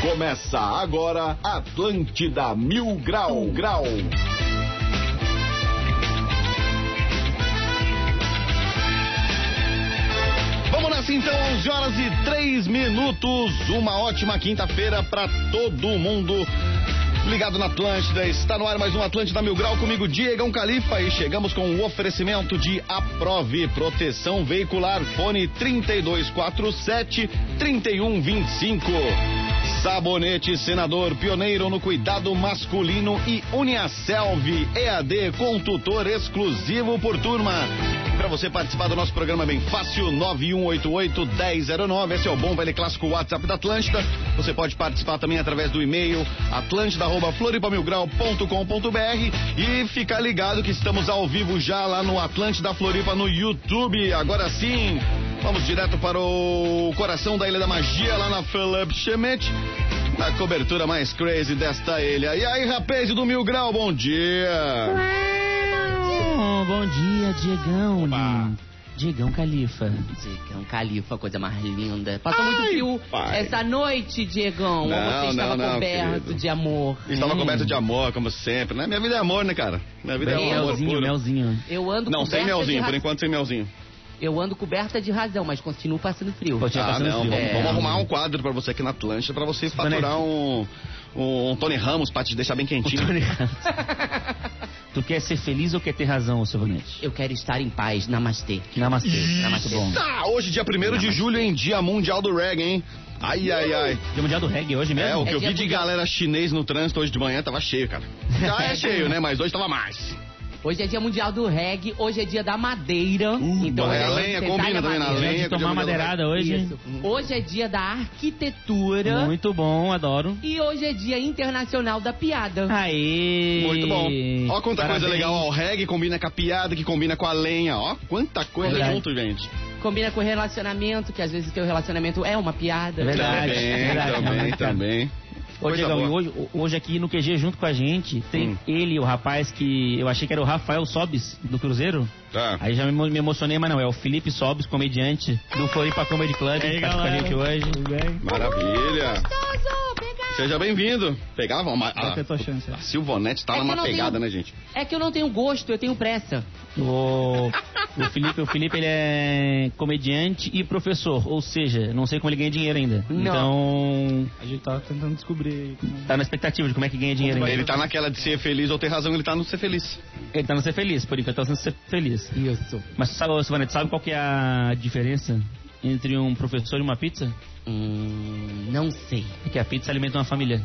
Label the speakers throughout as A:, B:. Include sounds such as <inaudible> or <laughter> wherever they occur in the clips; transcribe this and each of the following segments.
A: Começa agora Atlântida Mil Grau Grau. Vamos nessa então, 11 horas e 3 minutos. Uma ótima quinta-feira para todo mundo. Ligado na Atlântida, está no ar mais um Atlântida Mil Grau comigo, Diegão Califa. E chegamos com o oferecimento de Aprove Proteção Veicular, fone 3247-3125. Sabonete Senador, pioneiro no cuidado masculino e Uniaselv EAD com tutor exclusivo por turma. Para você participar do nosso programa é bem fácil, 9188-1009. Esse é o Bom Velho Clássico WhatsApp da Atlântida. Você pode participar também através do e-mail atlântida.floripamilgrau.com.br e ficar ligado que estamos ao vivo já lá no Atlântida Floripa no YouTube. Agora sim, vamos direto para o coração da Ilha da Magia, lá na Philip Schmidt. Na cobertura mais crazy desta ilha. E aí, rapaz do Mil Grau, bom dia!
B: Oh, bom dia, Diegão.
A: Opa.
B: Diegão Califa.
C: Diegão é um Califa, coisa mais linda. Passou
A: Ai,
C: muito frio
A: pai.
C: essa noite, Diegão. ou
A: Não,
C: você estava
A: não, não,
C: coberto
A: querido.
C: de amor.
B: Hum.
C: Hum.
A: Estava coberto de amor, como sempre, né? Minha vida é amor, né, cara? Minha vida é amor
B: Melzinho,
A: puro. <laughs>
B: melzinho.
C: Eu ando
A: Não,
C: coberta
A: sem
C: de
A: melzinho,
C: ra-
A: por enquanto sem melzinho.
C: Eu ando coberta de razão, mas continuo passando frio.
B: Continua
A: Ah,
B: passando
A: não,
B: frio.
A: vamos,
B: É.
A: vamos arrumar um quadro pra você aqui na plancha, pra você
B: Boné.
A: faturar um, um Tony Ramos pra te deixar bem
B: Um
A: quentinho.
B: Tu quer ser feliz ou quer ter razão, seu bonete?
C: Eu quero estar em paz. Namastê.
B: Namastê, namastê. Ah, bom.
A: Tá, hoje, dia 1 de julho, em dia mundial do reggae, hein? Ai, ai, ai.
B: Dia Mundial do Reggae hoje
A: É, o
B: mesmo?
A: que
C: É
A: eu
C: dia
A: vi de
C: mundial.
A: galera chinês no trânsito hoje de manhã tava cheio,
C: <laughs>
A: cara. Já é cheio, né? Mas hoje tava mais.
C: Hoje é dia mundial do reggae, hoje é dia da madeira. então
A: é
C: hoje
A: a
C: é
A: lenha,
C: dia de
A: combina
C: sentar
A: também na
C: madeira.
A: lenha.
B: de
A: que o
B: tomar
A: dia mundial do
B: madeirada hoje.
C: Isso. Hoje é dia da arquitetura.
B: Muito bom, adoro.
C: E hoje é dia internacional da piada.
B: Aê!
A: Muito bom. Ó, quanta coisa
B: Parabéns.
A: legal. Ó, o reggae combina com a piada, que combina com a lenha. Ó, quanta coisa
B: Verdade.
A: junto, gente.
C: Combina com relacionamento, que às vezes teu relacionamento é uma piada.
B: É Verdade,
A: também,
B: verdade.
A: também, também.
B: Ô,
A: Coisa
B: Diegão,
A: boa.
B: e hoje, hoje aqui no QG junto com a gente tem
A: Hum.
B: ele, o rapaz que eu achei que era o Rafael Sobis do Cruzeiro.
A: Tá.
B: Aí já me, me emocionei, mas não, é o Felipe Sobis, comediante do Floripa Comedy Club, que tá aqui com a gente hoje.
A: Maravilha. Seja bem-vindo. Pegava uma. A,
D: Essa é a tua chance.
A: a Silvonete Ah, tá
C: É que eu
A: numa
C: não
A: pegada,
C: tenho-
A: né, gente?
C: É que eu não tenho gosto, eu tenho pressa.
B: O, o Felipe, o Felipe ele é comediante e professor, ou seja, não sei como ele ganha dinheiro ainda.
C: Não.
B: Então,
D: A gente tá tentando descobrir como...
B: tá na expectativa de como é que ganha dinheiro ainda.
A: Ele tá naquela de ser feliz ou ter razão, ele tá no ser feliz.
B: Ele tá não ser feliz, por enquanto tá sendo ser feliz.
C: Isso.
B: Mas sabe, ô, Silvana, tu sabe qual que é a diferença entre um professor e uma pizza?
C: Hum, não sei.
B: É que a pizza alimenta uma família.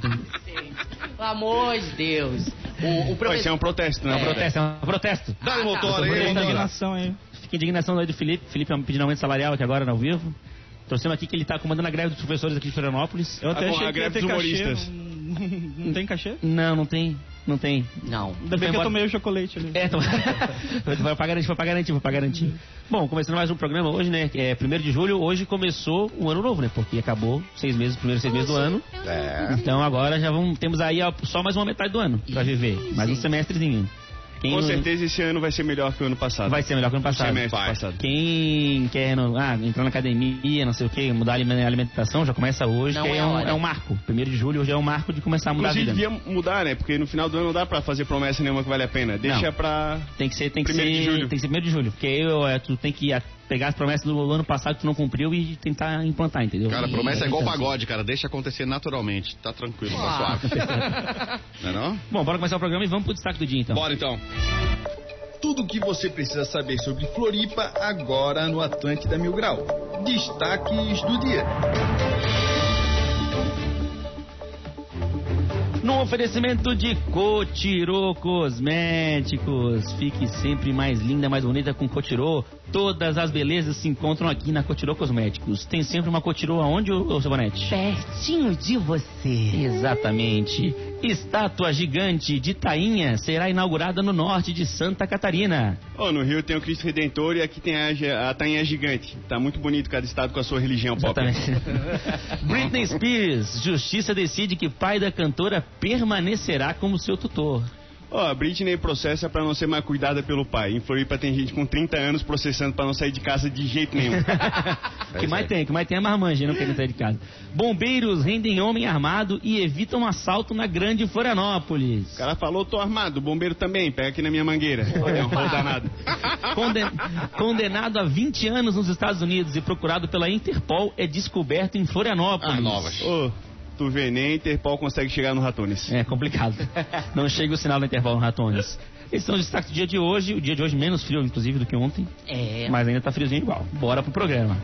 C: Pelo amor de Deus. O,
A: Vai
C: o
A: ser
C: professor.
A: um protesto, né? Um
C: É.
A: protesto.
B: Protesto, é um protesto.
A: Dá
C: Ah,
A: o motor
C: tá.
A: aí,
B: Tô
A: vamos lá.
D: Indignação aí.
B: Fica indignação aí do Felipe. Felipe é um- pedindo aumento salarial aqui agora, ao vivo. Trouxemos aqui que ele tá comandando a greve dos professores aqui de Florianópolis.
D: Eu até
A: Agora, a
D: achei que ia
A: greve
D: ter
A: dos
D: cachê.
A: humoristas.
D: Não, não tem cachê?
B: Não, não tem. Não tem.
C: Não.
D: Ainda bem que eu tomei o chocolate ali.
B: <laughs> É, então, vai pra garantir, vai pra garantir, vai pra garantir. Bom, começando mais um programa hoje, né? É, 1 de julho, hoje começou o ano novo, né? Porque acabou seis meses, primeiro seis meses do ano.
A: É.
B: Então agora já vamos, temos aí ó, só mais uma metade do ano pra viver. Mais um
C: Sim.
B: semestrezinho. Quem
E: Com
B: não-
E: certeza esse ano vai ser melhor que o ano passado.
B: Vai ser melhor que o ano passado.
E: Semestre
A: Vai.
E: passado.
B: Quem quer reno- ah, entrar na academia, não sei o que, mudar a alime- alimentação, já começa hoje,
C: Não
B: que
C: é
B: é, um,
C: hora.
B: é um marco. 1 de julho hoje é um marco de começar a mudar
E: Inclusive
B: a vida.
E: devia mudar, né? Porque no final do ano não dá pra fazer promessa nenhuma que vale a pena. Deixa
B: Não.
E: pra.
B: Tem que ser, tem que
E: Primeiro
B: ser,
E: de julho.
B: tem que ser primeiro de julho, porque aí eu, é, tu tem que a- pegar as promessas do ano passado que tu não cumpriu e tentar implantar, entendeu?
A: Cara,
B: E-
A: promessa é igual
B: então.
A: pagode, cara. Deixa acontecer naturalmente. Tá tranquilo, tá
C: Ah.
A: suave.
F: <laughs>
A: Não é não?
B: Bom, bora começar o programa e vamos pro destaque do dia então.
A: Bora então.
F: Tudo o que você precisa saber sobre Floripa agora no Atlântida Mil Grau. Destaques do dia.
B: No oferecimento de Cotirô Cosméticos. Fique sempre mais linda, mais bonita com Cotirô. Todas as belezas se encontram aqui na Cotirô Cosméticos. Tem sempre uma Cotirô aonde, ô ô, seu Bonete?
C: Pertinho de você.
B: Exatamente. Estátua gigante de Tainha será inaugurada no norte de Santa Catarina.
E: Oh, no Rio tem o Cristo Redentor e aqui tem a, Ge- a Tainha Gigante. Tá muito bonito cada estado com a sua religião pop.
B: Exatamente. Britney Spears, justiça decide que pai da cantora permanecerá como seu tutor.
A: Ó, a Britney processa pra não ser mais cuidada pelo pai. Em Floripa tem gente com 30 anos processando pra não sair de casa de jeito
F: <laughs>
A: nenhum.
B: O que mais tem? O que mais tem é marmanjinha, não querendo sair de casa. Bombeiros rendem homem armado e evitam um assalto na Grande
A: <laughs>
B: Florianópolis.
A: O cara falou, tô armado, o bombeiro também, pega aqui na minha mangueira. Olha, um rolo danado.
B: Conden- Condenado a 20 anos nos Estados Unidos e procurado pela Interpol, é descoberto em Florianópolis.
F: Ah, novas.
A: Ô, tu vê, nem a Interpol consegue chegar no Ratones.
B: É complicado. Não chega o sinal do intervalo, ratones. Esses são os destaques do dia de hoje. O dia de hoje menos frio, inclusive, do que ontem.
C: É.
B: Mas ainda tá friozinho igual. Bora pro programa.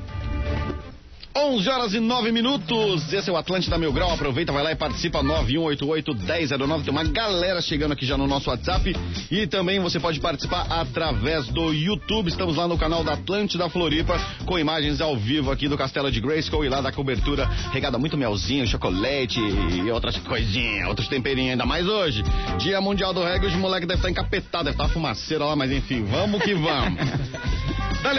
G: 11 horas e 9 minutos. Esse é o Atlântida Mil Grau. Aproveita, vai lá e participa 9188-1009. Tem uma galera chegando aqui já no nosso WhatsApp. E também você pode participar através do YouTube. Estamos lá no canal da Atlântida Floripa, com imagens ao vivo aqui do Castelo de Grayskull e lá da cobertura regada muito melzinho, chocolate e outras coisinhas, outros temperinhos. Ainda mais hoje, Dia Mundial do Reggae. Os moleques devem estar encapetados, deve estar fumaceira lá, mas enfim, vamos
A: <laughs>
G: que vamos. Dá-lhe,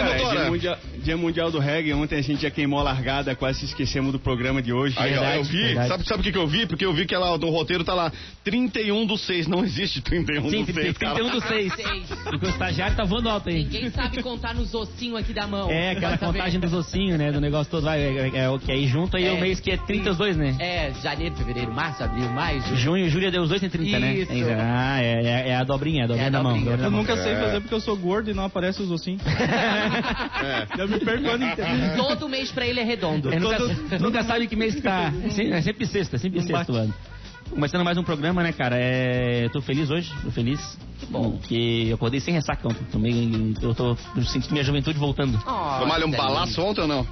A: Cara, é dia,
G: doutora.
A: mundial, Dia Mundial do Reggae, ontem a gente já queimou a largada, quase se esquecemos do programa de hoje.
G: Aí, ó,
B: Verdade,
G: eu vi,
B: verdade.
G: sabe, sabe o que, que eu vi? Porque eu vi que ela, do roteiro tá lá, 31 do 6, não existe 31
B: Sim,
A: um
G: do 6,
B: 31
G: cara.
B: do 6.
C: Seis.
B: Porque o estagiário tá voando alto aí.
C: Ninguém sabe contar nos ossinhos aqui da mão.
B: É, aquela
C: Vai saber.
B: contagem dos ossinhos, né? Do negócio todo. Vai, é, é, é o que aí junto aí
C: É.
B: o mês que é 32, né?
C: É, janeiro, fevereiro, março, abril, maio, junho.
B: Junho, julho, deu os dois tem 30, né?
C: É. Isso.
B: Ainda- Ah, é, é- é a dobrinha, é a dobrinha
C: É a
B: da mão.
C: dobrinha.
B: dobrinha da
D: Eu
B: mão.
D: nunca sei
G: É.
D: fazer porque eu sou gordo e não aparece os ossinhos. <laughs> Eu me perco o ano inteiro.
C: Todo mês pra ele é redondo.
B: É, nunca, nunca sabe que mês que tá. Sem- É sempre sexta, sempre
D: Não
B: sexta o
D: bate.
B: ano. Começando mais um programa, né, cara? É... Tô feliz hoje, tô feliz. Que
C: bom.
B: Porque eu acordei sem ressaca ontem. Tomei, eu tô eu senti minha juventude voltando.
C: Oh,
G: Tomaram um
B: é,
G: balaço
B: né?
G: ontem ou não?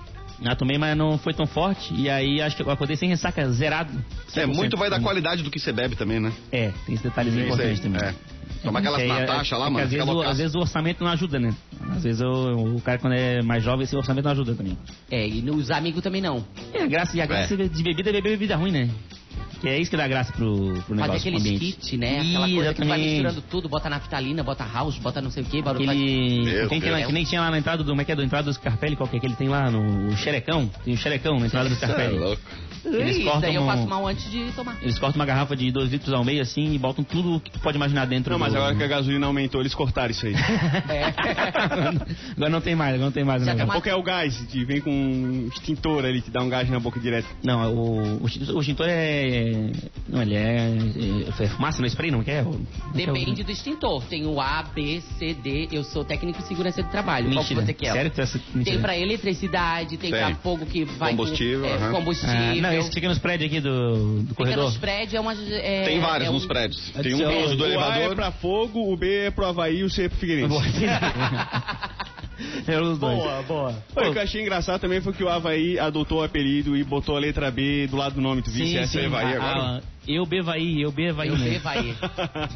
B: Ah, tomei, mas não foi tão forte. E aí acho que eu acordei sem ressaca, zerado.
G: É,
B: 100%.
G: muito vai da qualidade do que você bebe também, né?
B: É, tem esse detalhezinho
G: Isso aí,
B: importante também.
G: é. Toma aquelas
B: É, é,
G: Natasha
B: é
G: lá,
B: que
G: mano,
B: Às
G: fica
B: vezes, o,
G: loucaço.
B: às vezes o orçamento não ajuda, né? Às vezes o, o cara, quando é mais jovem, esse orçamento não ajuda também.
C: É, e nos amigos também não.
B: É, a graça, e a graça de bebida é beber bebida ruim, né? Que é isso que dá graça pro, pro
C: Fazer
B: negócio. pro
C: aqueles
B: ambiente.
C: kits, né? Aquela coisa que vai
B: Exatamente.
C: misturando tudo, bota naftalina, bota house, bota não sei o que, barulho.
B: Aquele.
G: Meu
B: Tem que,
G: Deus.
B: que nem tinha lá na entrada do. Como é que é? Do entrada dos Carpelli, qual que é que ele tem lá? No o Xerecão? Tem o Xerecão na entrada dos
G: é
B: Carpelli. Eles
C: Ih,
B: cortam
C: daí eu
B: um-
C: faço mal antes
B: <laughs>
C: de tomar.
B: Eles cortam uma garrafa de 2 litros ao meio assim e botam tudo o que tu pode imaginar dentro.
A: Não, mas
B: do-
A: agora que a gasolina aumentou, eles cortaram isso aí. Daqui
B: <laughs> É.
C: É,
B: agora não tem mais, agora não tem mais.
C: Já
B: né?
A: a
C: Mas-
A: pouco é o gás, que vem com um extintor ali, que dá um gás na boca direto.
B: Não, é o, o, extintor- o extintor é. Não, ele é. é, é fumaça, não é spray, não quer?
C: Depende do extintor. Tem o A, B, C, D. Eu sou técnico de segurança do trabalho. Qual que
B: Mentira.
C: você quer?
B: Sério? Tu é essa-
C: Tem
B: mentira.
C: pra eletricidade, tem,
G: Tem.
C: pra fogo que vai. com-
G: Combustível,
C: é,
G: aham.
C: combustível.
B: Ah, não, esse que fica nos prédios aqui do, do
C: Fica
B: corredor.
C: nos prédios, é uma. é-
G: Tem vários
C: é um-
G: nos prédios. Tem um
B: Então,
G: que usa do
A: o A
G: elevador.
A: é pra fogo, o B é pro Havaí e o C é pro Figueirense.
C: <laughs>
B: É os dois.
A: Boa, boa. Pô, O que eu achei engraçado também foi que o Havaí adotou o apelido e botou a letra B do lado do nome. Tu viu
B: Sim,
A: essa
B: sim.
A: Havaí
B: Ah,
A: <laughs> agora?
B: ah, eu bevaí, eu bevaí.
C: Eu
B: mesmo.
C: levo aí.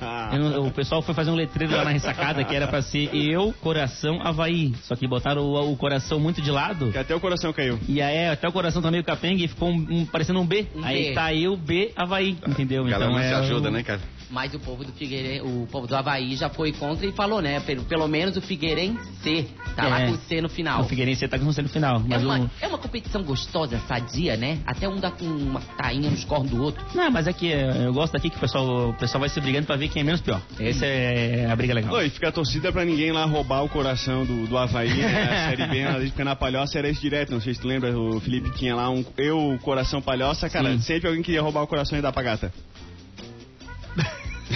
A: Ah,
B: Eu não- o pessoal foi fazer um letreiro lá na ressacada que era pra ser eu, coração, Havaí. Só que botaram o, o coração muito de lado.
A: Que até o coração caiu.
B: E aí até o coração tá meio capenga e ficou um- um- parecendo um B.
C: Um
B: aí
C: B.
B: tá eu, B, Havaí. Entendeu?
G: A galera não
B: é
G: se ajuda,
B: o-
G: né, cara?
C: Mas o povo do Figueirense, o povo do Havaí já foi contra e falou, né? Pelo, pelo menos o Figueirense. Tá lá
B: É.
C: com o C no final.
B: O Figueirense tá com você no final.
C: É
B: Mas o-
C: uma, é uma competição gostosa, sadia, né? Até um dá com uma tainha nos cornos do outro.
B: Não, mas é que é, eu gosto daqui que o pessoal, o pessoal vai se brigando pra ver quem é menos pior. Essa é a briga legal.
A: Pô, e fica a torcida pra ninguém lá roubar o coração do, do Havaí, né? A série B, às vezes fica na palhoça, era isso direto. Não sei se tu lembra, o Felipe tinha lá um eu, o coração palhoça, cara.
B: Sim.
A: Sempre alguém queria roubar o coração e dar pra gata.
B: <laughs>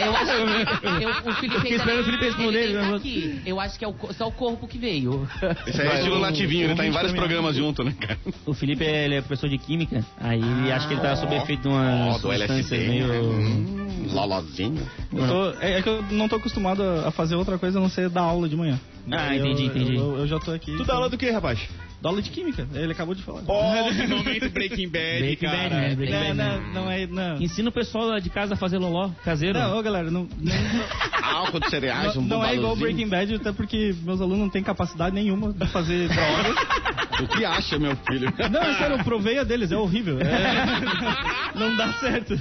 C: Eu acho que eu- o Felipe
B: Fiquei
C: ainda
B: esperando o Felipe responder,
C: ele nem tá
B: né?
C: aqui. Eu acho que é o co- só o corpo
B: <laughs>
C: que veio.
G: Isso aí é estilo nativinho, ele tá em vários programas junto, né, cara?
B: O Felipe ele é professor de química, aí ele acha que ele tá sob efeito de umas
G: Ah, Ó, do
B: substâncias
G: LSD,
B: meio.
G: né? Hum, Lolozinho.
D: Eu tô- é, é que eu não tô acostumado a a fazer outra coisa a não ser dar aula de manhã.
B: Ah,
D: Eu-
B: entendi, entendi.
D: Eu, eu já tô aqui.
A: Tu dá aula do que, rapaz?
D: Dá aula de química, ele acabou de falar.
A: Oh, finalmente Breaking Bad,
B: Breaking
A: cara.
B: Bad, né? Breaking
D: não,
B: Bad,
D: não,
B: né?
D: não é. Não,
B: Ensina o pessoal lá de casa a fazer loló caseiro.
D: não ô, galera, não, não,
G: Álcool de cereais,
D: não,
G: um
D: não é igual
G: balozinho.
D: Breaking Bad, até porque meus alunos não têm capacidade nenhuma de fazer droga.
B: <laughs>
G: O que acha, meu filho?
D: Não, é sério, eu provei a deles, é horrível.
B: <laughs>
D: É. Não dá certo.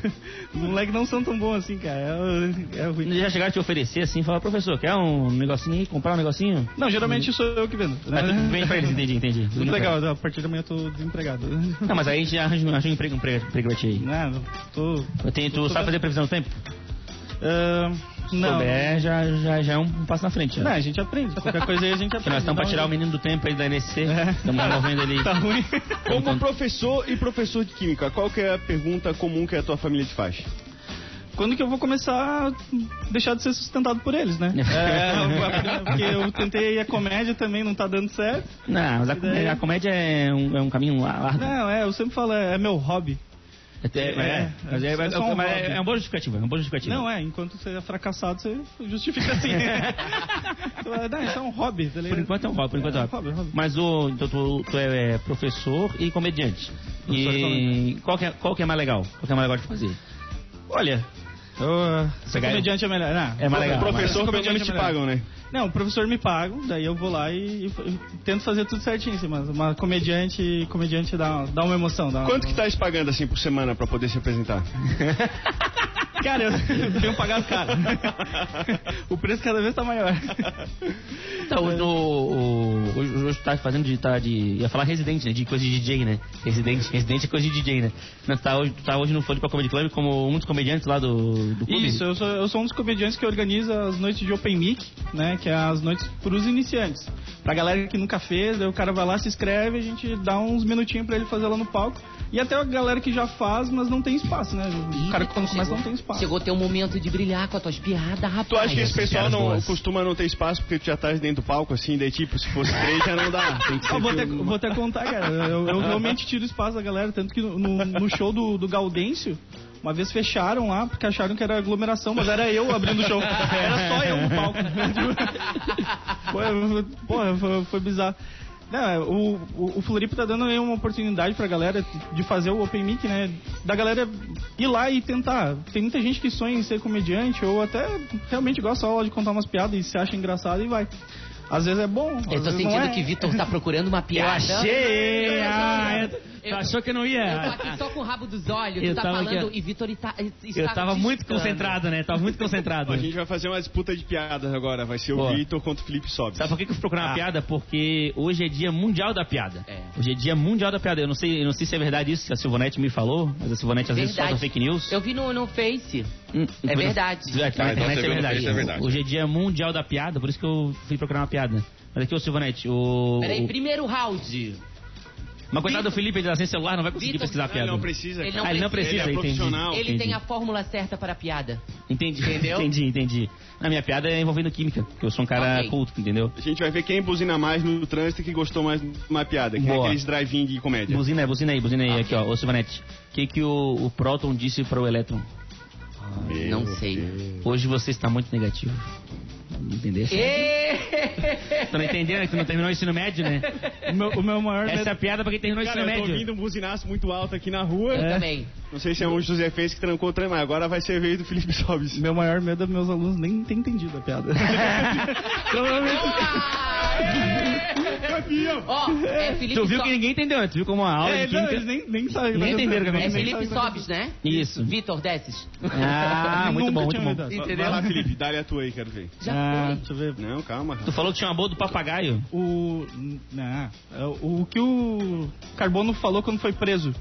D: Os moleques não são tão bons assim, cara. É, é ruim.
B: Eles Já chegaram a te oferecer assim, falar, professor, quer um negocinho aí, comprar um negocinho?
D: Não, geralmente sou eu que vendo.
B: Mas
D: né?
G: É.
B: tu vende pra eles, entendi, entendi.
D: <laughs> Muito legal, a partir da manhã eu tô desempregado.
B: Não, mas aí a um gente arranja, arranja um emprego, um emprego, emprego pra ti aí.
D: Não, tô.
B: Eu tenho, tu sabe fazer previsão do tempo?
D: Ah, não.
B: souber, já, já, já é um passo na frente.
D: Não,
B: Né?
D: a gente aprende. Qualquer coisa aí a gente aprende.
B: Porque nós estamos para tirar o menino do tempo aí da NSC. Estamos removendo ele.
D: É. Tá ruim.
B: <laughs>
A: Como
B: Então-
A: professor e professor de química, qual que é a pergunta comum que a tua família te faz?
D: Quando que eu vou começar a deixar de ser sustentado por
B: <laughs>
D: eles, né? É, porque eu tentei a comédia também, não tá dando certo.
B: Não, mas a, comédia- a comédia é um, é um caminho lar- largo.
D: Não, é, eu sempre falo, é, é meu hobby.
B: Até-
D: É,
B: é, mas é,
D: é só um
B: mas é-
D: hobby.
B: é uma boa justificativa. É uma boa justificativa.
D: Não, é, enquanto você é fracassado, você
B: <laughs>
D: justifica assim. não, isso é um hobby, tá ligado?
B: Por enquanto é um hobby, por enquanto é um hobby.
D: É, hobby, hobby.
B: Mas o, então tu, tu é, é, professor e comediante.
D: Professor e
B: e qual que, é, qual que é mais legal? Qual que é mais legal de fazer?
D: Olha, eu, ser
B: ganha-
D: comediante é melhor. Não,
B: É mais legal.
A: professor,
D: mas-
A: pelo menos te
D: comediante é
A: pagam, né?
D: Não, o professor me paga, daí eu vou lá e, e f- e tento fazer tudo certinho, assim, mas uma comediante, comediante dá, dá uma emoção. Dá uma-
A: Quanto que tá se pagando assim por semana pra poder se apresentar?
B: <laughs>
D: Cara, eu eu tenho pagado caro. <laughs> o preço cada vez tá maior.
B: Então, hoje, no, o, hoje, hoje tu tá fazendo de, tá de. Ia falar residente, né? De coisa de DJ, né? Residente, residente é coisa de DJ, né? Mas tá hoje, tu tá hoje no Floripa Comedy Club como um dos comediantes lá do, do clube.
D: Isso, eu sou, eu sou um dos comediantes que organiza as noites de Open Mic, né? Que é as noites pros iniciantes. Pra galera que nunca fez, daí o cara vai lá, se inscreve, a gente dá uns minutinhos pra ele fazer lá no palco. E até a galera que já faz, mas não tem espaço, né? O cara quando começa não tem espaço.
C: Chegou a ter um momento de brilhar com as tuas piadas, rapaz.
A: Tu acha que esse pessoal
B: piadas
A: não
B: boas.
A: costuma não ter espaço porque tu já tá dentro do palco assim, daí tipo, se fosse três já não dá. Tem que ser
D: Ah, vou,
A: pelo-
D: até, vou até contar, cara. Eu, eu realmente tiro espaço da galera. Tanto que no, no show do, do Gaudêncio, uma vez fecharam lá, porque acharam que era aglomeração, mas era eu abrindo o show. Era só eu no palco. <laughs> foi, porra, foi, foi bizarro. Não, é, o, o, o Floripa tá dando aí uma oportunidade pra galera de fazer o Open Mic, né? Da galera ir lá e tentar. Tem muita gente que sonha em ser comediante ou até realmente gosta só de contar umas piadas e se acha engraçado e vai. Às vezes é bom.
C: Eu tô
D: às vezes não
C: sentindo
D: é.
C: que Vitor tá procurando uma
B: Eu
C: piada.
B: achei! Ah, é- tu
C: Eu-
B: achou que eu não
C: Eu tô
B: ia?
C: aqui só com o rabo dos olhos.
B: Eu
C: tu tá
B: tava aqui,
C: falando
B: ó.
C: e Vitor está, está
B: Eu tava muito
C: riscando.
B: concentrado, né? Tava muito concentrado.
A: A gente vai fazer uma disputa de piadas agora. Vai ser o
B: Boa.
A: Vitor contra o Felipe Sobes.
B: Sabe por que que eu fui procurar uma piada? Porque hoje é dia mundial da piada.
C: Ah. É.
B: Hoje é dia mundial da piada. Eu não sei, eu não sei se é verdade isso que a Silvonete me falou, mas a Silvonete às vezes
C: Verdade.
B: solta fake news.
C: Eu vi no, no Face.
B: Hum,
C: É
B: hum,
C: verdade.
B: Na
F: Ah, então
B: internet
F: você
B: é
F: viu,
B: verdade.
F: isso é verdade.
B: Hoje é dia mundial da piada, por isso que eu fui procurar uma piada. Mas aqui, ô Silvanete, o.
C: Peraí,
B: o-
C: primeiro round.
B: Mas coitado do Felipe, ele tá sem celular, não vai conseguir
C: Vitor-
B: pesquisar a
A: Ele
F: é
B: piada.
F: um
A: não precisa,
C: Ele
A: cara.
C: não
B: ah, ele não
A: Ele
B: precisa,
A: é
B: entendi.
A: profissional.
C: Ele
B: entendi.
C: tem a fórmula certa para a piada.
B: Entendi, <laughs>
C: Entendeu?
B: entendi, entendi. A minha piada é envolvendo química, porque eu sou um cara
C: Ok.
B: culto, entendeu?
A: A gente vai ver quem buzina mais no trânsito e que gostou mais de uma piada. Que é
B: Boa.
A: aqueles drive-in de comédia.
B: Buzina, buzina aí, buzina aí, aqui ó, ô Silvanete. O que, que o, o próton disse para o elétron?
C: não sei.
B: Hoje você está muito negativo. Entendeu?
C: Ê!
B: Tu não entendeu, né? Que tu não terminou o ensino médio,
D: <laughs>
B: né?
D: O meu, o meu maior medo
B: Essa é a piada pra quem terminou o
A: Cara,
B: ensino
A: eu tô
B: médio.
A: ouvindo um buzinaço muito alto aqui na rua.
C: Eu também.
A: Não sei se é um José Fez que trancou o trem, mas agora vai ser a vez do Felipe Sobes.
D: Meu maior medo é meus alunos nem ter entendido a piada.
C: Ó, é Felipe
B: Tu viu que
C: Sobes.
B: ninguém entendeu, né? Tu viu como a aula
D: <laughs> é,
B: de
D: não,
B: química...
D: eles nem, nem sabem.
B: Nem entenderam o que
D: nem
C: É
D: sabem
C: Felipe
D: o que aconteceu.
C: Sobes, né?
B: Isso.
C: Vitor, desses.
B: Ah, muito
D: Nunca
B: bom, muito
D: tinha
B: bom.
D: ouvido.
A: Vai lá, Felipe, dá-lhe a tua aí, quero ver.
C: Já
D: Ah,
C: foi.
D: deixa eu ver.
A: Não, calma.
B: <laughs> Tu falou que tinha uma boa do papagaio.
D: O. Não, é o, o que o Carbono falou quando foi preso.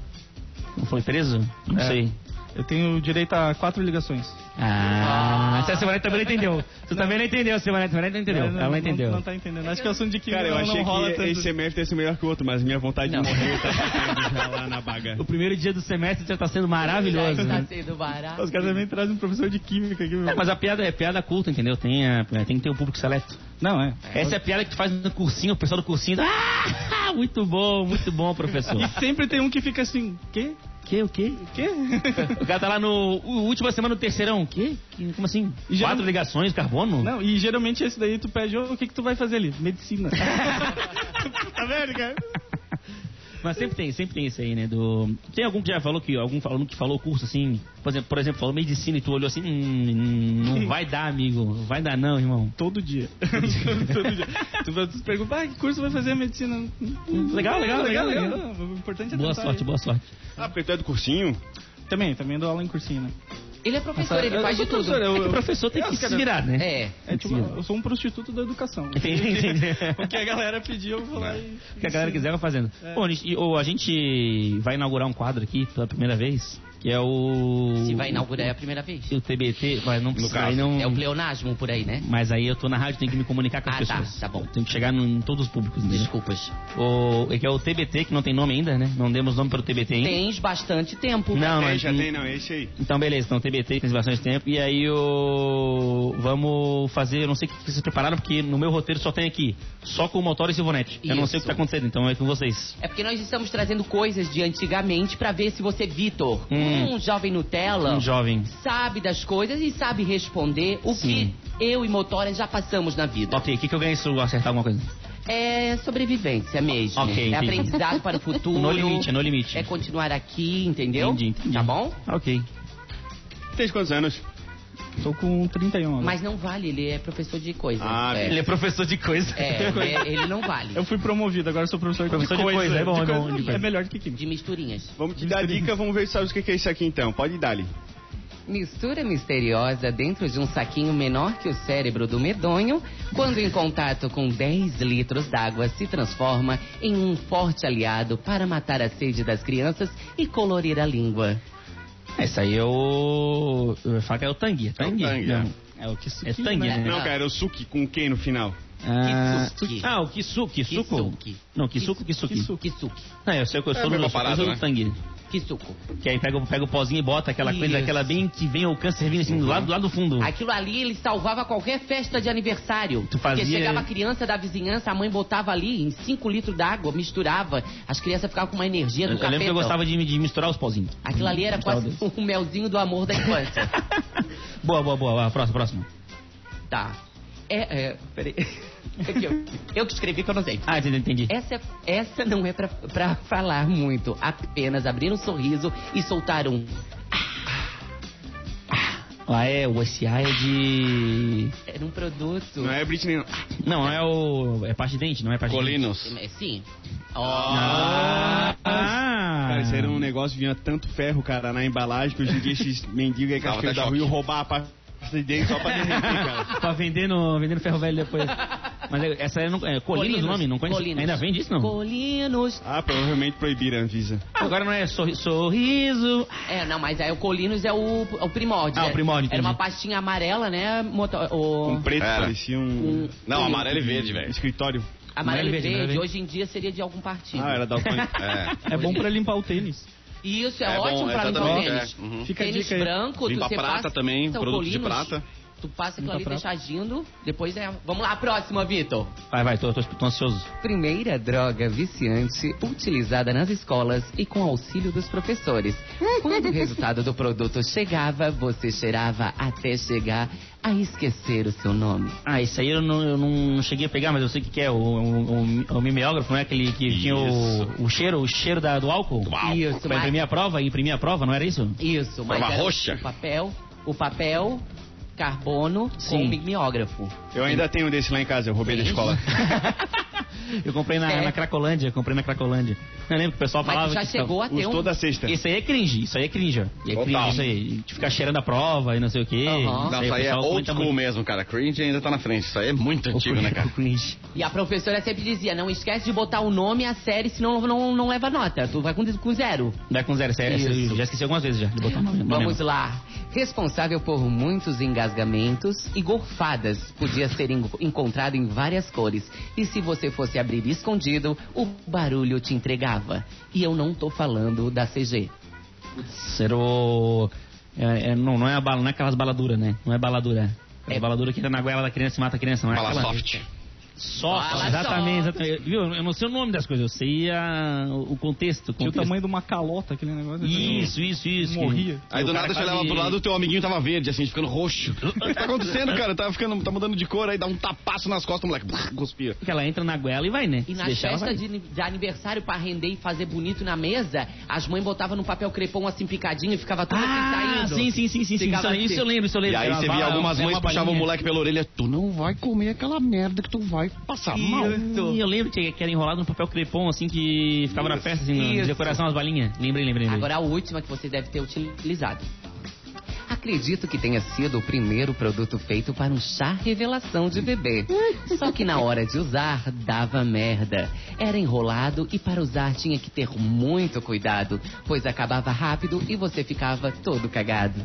B: Não foi preso? Não
D: É.
B: sei.
D: Eu tenho direito a quatro ligações.
B: Ah, se a Silvanete também não entendeu. Tu também não entendeu, a Silvanete também não entendeu.
D: É,
B: Ela não entendeu.
D: Não, tá entendendo. Acho que o assunto de química
A: Cara, eu
D: não,
A: achei
D: não rola
A: que
D: tanto.
A: esse semestre ia ser melhor que o outro, mas minha vontade de morrer tá ficando já lá na baga.
B: O primeiro dia do semestre já tá
D: É
B: sendo maravilhoso,
C: Já
B: né?
C: Está sendo barato.
D: Os caras também trazem um professor de química aqui. meu.
B: É, mas a piada é piada culta, entendeu? Tem, a- tem que ter um público seleto.
D: Não, é.
B: Essa é a piada que tu faz no cursinho, o pessoal do cursinho. Ah, muito bom, muito bom, professor.
D: <laughs> E sempre tem um que fica assim, quê?
B: que, o quê? <laughs>
D: Quê?
B: O cara tá lá no. o- Última semana do terceirão. O quê? Que- Como assim?
D: E já-
B: Quatro ligações, carbono?
D: Não, e geralmente esse daí tu pede, "Ô, o que que tu vai fazer ali?
B: <laughs>
D: Medicina. tá vendo, cara?
B: Mas sempre tem, sempre tem isso aí, né? Do... Tem algum que já falou que algum aluno que falou o curso assim, por exemplo, por exemplo, falou medicina e tu olhou assim, hum, hum, não vai dar, amigo, vai dar não, irmão.
D: Todo dia. <laughs> Todo dia. Tu vai- Tu pergunta, ah, que curso vai fazer medicina? Hum,
B: Legal, legal, legal, legal.
D: O importante é
B: Boa
D: tentar
B: sorte,
D: aí.
B: boa sorte.
A: Ah, porque tu é do cursinho?
D: Também, também dou aula em cursinho, né?
C: Ele é professor,
D: Eu
C: ele faz
D: sou
C: de tudo.
D: professor, eu-
B: É que o professor tem
D: eu-
B: que se
D: cara,
B: virar, <laughs> né?
C: É.
D: É, tipo, eu sou um prostituto da <laughs> educação. O que a galera pediu, eu vou lá e...
B: O que a galera quiser vai fazendo.
D: É.
B: Bom, a gente- e- ou a gente vai inaugurar um quadro aqui pela primeira vez, que é o.
C: Se vai inaugurar é a primeira vez.
B: O TBT, mas não precisa. Aí não,
C: É o pleonasmo por aí, né?
B: Mas aí eu tô na rádio, tenho que me comunicar com as
C: Ah, tá,
B: pessoas.
C: tá bom.
B: Tenho que chegar no- em todos os públicos. Entendeu?
C: Desculpas.
B: O, é que é o TBT, que não tem nome ainda, né? Não demos nome para o TBT ainda.
C: Tens bastante tempo.
B: Não,
A: É,
B: mas
A: já tem, não, é esse aí.
B: Então, beleza. Então, TBT tem bastante tempo. E aí, o... vamos fazer... Eu não sei o que vocês prepararam, porque no meu roteiro só tem aqui. Só com o motor e silvonete. Eu não sei o que
C: Isso.
B: tá acontecendo, então é com vocês.
C: É porque nós estamos trazendo coisas de antigamente pra ver se você, Vitor,
B: Hum.
C: um jovem Nutella,
B: Um jovem.
C: sabe das coisas e sabe responder o
B: Sim.
C: que eu e Motora já passamos na vida.
B: Ok, o que, que eu ganho se eu acertar alguma coisa?
C: É sobrevivência mesmo.
B: Ok,
C: é
B: entendi.
C: aprendizado
B: <laughs>
C: para o futuro.
B: No limite, é no limite.
C: É continuar aqui, entendeu?
B: Entendi, entendi.
C: Tá bom?
B: Ok.
A: Tens quantos anos?
D: Tô com 31 agora.
C: Mas não vale, ele é professor de coisa.
A: Ah,
C: é.
B: Ele é professor de coisa. <laughs>
C: É, ele, é- ele não vale.
D: Eu fui promovido, agora sou professor,
B: Professor de
D: coisa.
B: coisa, é bom, é bom, de coisa.
D: É melhor do que química.
C: De misturinhas.
A: Vamos te dar a dica, vamos ver se sabes o que que é isso aqui então. Pode dar ali.
C: Mistura misteriosa dentro de um saquinho menor que o cérebro do medonho, quando em contato com 10 litros d'água, se transforma em um forte aliado para matar a sede das crianças e colorir a língua.
B: Essa aí é o... Eu ia falar que é o tangue. É tangue.
A: tangue,
B: não.
A: é.
B: É o que... É tangue, né?
A: Não, cara, é o suki com quem no final?
B: Ah,
C: Kitsuki.
B: Ah, o Kisuki. Suco?
C: Kitsuki.
B: Não, Kisuko, Kisuki.
C: Kisuki.
B: Não, eu sei que eu
F: É a
B: sou do,
F: mesma
B: eu sou
F: parada,
B: do
F: né?
B: tangue.
C: Kisuko.
B: Que aí pega, o- pega o pozinho e bota aquela coisa,
C: Isso.
B: aquela bem que vem o câncer vindo assim do lado, do lado do fundo.
C: Aquilo ali ele salvava qualquer festa de aniversário.
B: Tu fazia-
C: Porque chegava a criança da vizinhança, a mãe botava ali em 5 litros d'água, misturava. As crianças ficavam com uma energia
B: eu,
C: do
B: eu lembro que eu gostava de, de misturar os pozinhos. <laughs>
C: Aquilo ali era
B: Gostava
C: quase um melzinho do amor
B: <laughs>
C: da infância.
B: desse. Boa, boa, boa. vai, Próximo, próximo.
C: Tá. É, é, peraí. <laughs> É que eu, eu que escrevi que eu não sei.
B: Ah, entendi, entendi.
C: Essa, essa não é pra, pra falar muito. Apenas abrir um sorriso e soltar um.
B: Ah, é, o SA é de...
C: Era um produto.
A: Não é Britney, não.
B: Não, é o... É parte de dente, não é parte de dente.
A: Colinos.
C: É, Sim. Ó.
B: Ah!
A: Cara, isso
F: Ah.
A: era um negócio que vinha tanto ferro, cara, na embalagem, que hoje em dia
F: <laughs>
A: esses mendigos aí,
F: Calma,
A: casqueiros
F: tá
A: da rua,
F: choque.
A: iam roubar a pasta de dente só pra
F: <laughs>
A: derreter, cara.
B: pra vender no, vender no ferro
A: <laughs>
B: velho depois. Mas é- essa aí eu não... É Colinos o nome? Não conheço.
C: Colinos.
B: Ainda vende isso, não?
C: Colinos.
A: Ah, provavelmente proibiram a Anvisa.
B: Agora não é sorri- sorriso...
C: É, não, mas aí o Colinos é o, é o primórdio.
B: Ah, o primórdio,
C: Era
B: entendi.
C: uma pastinha amarela, né? Moto, o,
A: Um preto
F: Era.
A: parecia um,
F: Não, amarelo e verde,
A: um
F: velho.
A: escritório.
B: amarelo
C: amarelo
B: e
C: e
B: verde,
C: verde.
B: amarelo e verde.
C: Hoje em dia seria de algum partido.
A: Ah, era da
F: <laughs> É.
D: É bom pra limpar o tênis.
C: E isso é,
F: É bom,
C: ótimo pra limpar o
F: exatamente,
C: tênis.
F: é. Uhum.
D: Fica a
C: tênis
D: dica aí.
C: branco,
F: Limpa
C: tu você
F: prata
C: passa,
F: também,
C: são
F: produto de
C: colinos,
F: prata.
C: Tu passa aquilo
D: Limpa
C: ali, deixa
D: prata.
C: agindo, depois é... Vamos lá, próxima, Vitor.
B: Vai, vai, tô, tô, tô ansioso.
C: Primeira droga viciante utilizada nas escolas e com auxílio dos professores. Quando o resultado do produto chegava, você cheirava até chegar a esquecer o seu nome.
B: Ah, isso aí eu não, eu não cheguei a pegar, mas eu sei o que, que é. O, o, o- o mimeógrafo, não é aquele que tinha o, o cheiro, o cheiro da, do álcool?
C: Isso,
B: Pra
C: mas-
B: imprimir a prova, imprimir a prova, não era isso?
C: Isso, mas
F: Prova
C: era
F: roxa?
C: o papel, o papel, carbono com
B: Sim.
C: o mimeógrafo.
A: Eu ainda tenho um desse lá em casa, eu roubei da escola.
B: Eu comprei na,
C: É.
B: na Cracolândia, comprei na Cracolândia. Eu lembro que o pessoal falava
C: Mas tu já
B: que
C: chegou a ter
A: Os
C: um...
A: toda sexta.
B: Isso aí é cringe, isso aí é cringe, ó. É
F: Total.
B: cringe isso aí. De ficar cheirando a prova e não sei o quê.
C: Aham.
F: Não,
B: Aí o
F: isso aí é
B: pessoal
F: old
B: comenta
F: school
B: muito.
F: mesmo, cara. Cringe ainda tá na frente. Isso aí é muito
B: O
F: antigo, né,
B: cringe,
F: cara?
B: o cringe.
C: E a professora sempre dizia, não esquece de botar o nome e a série, senão não, não leva nota. Tu vai com, com zero.
B: Dá com zero, sério.
C: Isso.
B: Eu já esqueci algumas vezes já de botar o nome. não
C: Vamos
B: lembro.
C: lá. Responsável por muitos engasgamentos e gorfadas, podia ser en- encontrado em várias cores. E se você fosse abrir escondido, o barulho te entregava. E eu não tô falando da CG.
B: Ser o. É, é, não, não é a bala, não é aquelas baladuras, né? Não é baladura. É
C: É.
B: baladura que entra na goela da criança e mata a criança, não é?
F: Fala
B: aquela?
F: soft.
B: Soft,
C: Fala
B: exatamente,
C: soft.
B: exatamente. Viu? Eu não sei o nome das coisas, eu sei a, o o contexto. o
D: Tinha
B: contexto.
D: o tamanho de uma calota, aquele negócio.
B: Isso, isso, isso. que-
D: Morria.
B: que
F: Aí
B: o
F: do
B: cara tá
F: nada você
B: quase-
F: olhava pro lado, o teu amiguinho tava verde, assim, ficando
B: <laughs>
F: roxo. O que tá acontecendo, cara? Tá ficando, tá mudando de cor, aí dá um tapaço nas costas, o moleque, blá, cuspia.
B: Porque ela entra na goela e vai, né? Se
C: E na
B: deixar, ela
C: festa
B: vai.
C: de, ani- de aniversário pra render e fazer bonito na mesa, as mães botavam no papel crepom assim picadinho e ficava tudo assim
B: Ah,
C: saindo.
B: sim, sim, sim, sim, sim. Isso,
C: Ficava
B: isso
C: assim.
B: eu lembro, isso eu
F: E
B: lembro.
F: aí
B: Era
F: você
B: uma
F: via
B: bala,
F: algumas
B: era
F: mães
B: é uma
F: puxavam o
B: balinha.
F: moleque pela orelha, tu não vai comer aquela merda que tu vai passar mal.
B: E eu lembro que que era enrolado no papel crepom, assim, que ficava na festa, assim, na
C: Isso.
B: decoração, as balinhas. Lembrei, lembrei. lembrei.
C: Agora a última que você deve ter utilizado. A Acredito que tenha sido o primeiro produto feito para um chá revelação de <laughs> bebê. Só que na hora de usar, dava merda. Era enrolado e para usar tinha que ter muito cuidado, pois acabava rápido e você ficava todo cagado.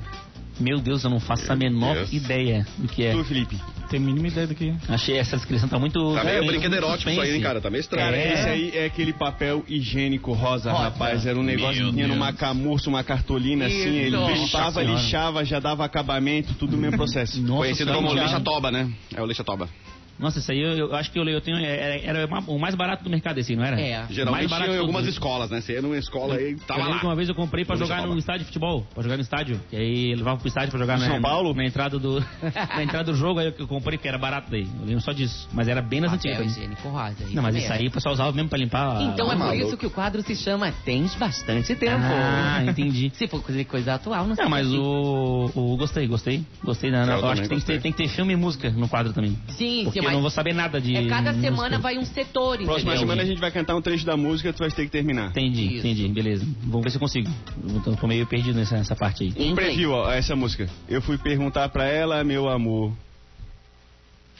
B: Meu Deus, eu não faço a menor
G: Deus.
B: ideia do que é.
A: Tu, Felipe.
D: Tem a mínima ideia do que. é.
B: Achei essa descrição tá muito.
G: Tá
A: É,
G: meio
B: muito
G: brinquedo erótico isso aí, hein,
B: suspense.
G: cara? Tá meio estranho.
A: Cara,
G: né?
A: esse aí é aquele papel higiênico
G: Tá,
A: rosa,
C: Rosa.
A: rapaz. Era um negócio
G: Meu
A: que tinha
G: Deus.
A: numa camurça, uma cartolina assim. Ele
C: Isso.
A: limpava,
B: Nossa
A: lixava, já dava acabamento, tudo o mesmo processo.
B: Nossa
G: Conhecido
B: Senhora.
G: como lixa-toba, né? É o lixa-toba.
A: Tá.
B: Nossa, isso aí eu, eu acho que eu, eu tenho. Era, era o mais barato do mercado esse, não era?
C: É.
G: Geralmente
B: Mais barato
G: tinha em
B: que
G: algumas
B: tudo.
G: escolas, né? Você ia numa escola aí,
B: eu
G: tava
B: lembro que
G: lá.
B: uma vez eu comprei pra
G: Vamos
B: jogar
G: jogar
B: no
G: bola.
B: estádio de futebol. Pra jogar no estádio. E aí levava pro estádio pra jogar
A: Em
B: na,
A: São Paulo?
B: na entrada do. <laughs> na entrada do jogo, aí eu, eu comprei porque era barato daí. Eu lembro só disso. Mas era bem nas
C: Papel
G: assim.
B: antigas.
C: higiênico rosa.
B: Não, mas
C: mesmo.
B: isso aí o pessoal usava mesmo pra limpar. a-
C: Então é por
G: maluco.
C: isso que o quadro se chama Tens Bastante Tempo.
B: Ah, entendi.
C: <laughs> Se for coisa- coisa atual, não sei.
B: Não, mas
C: se- é
B: o, o. Gostei, gostei. Gostei da Ana.
G: Eu
B: Eu, acho
G: também
B: que tem que, ter,
G: gostei.
B: tem que ter filme e música no quadro também.
C: Sim,
B: Porque
C: sim,
B: eu
C: mas
B: não vou saber nada de.
C: é cada
B: música.
C: semana vai um setor,
A: Próxima
C: entendeu?
A: semana a gente vai cantar um trecho da música, tu vai ter que terminar.
B: Entendi,
C: Isso.
B: entendi, beleza. Vamos ver se eu consigo. Então, tô meio perdido nessa, nessa parte aí.
A: Um preview, ó, essa música. Eu fui perguntar pra ela, meu amor.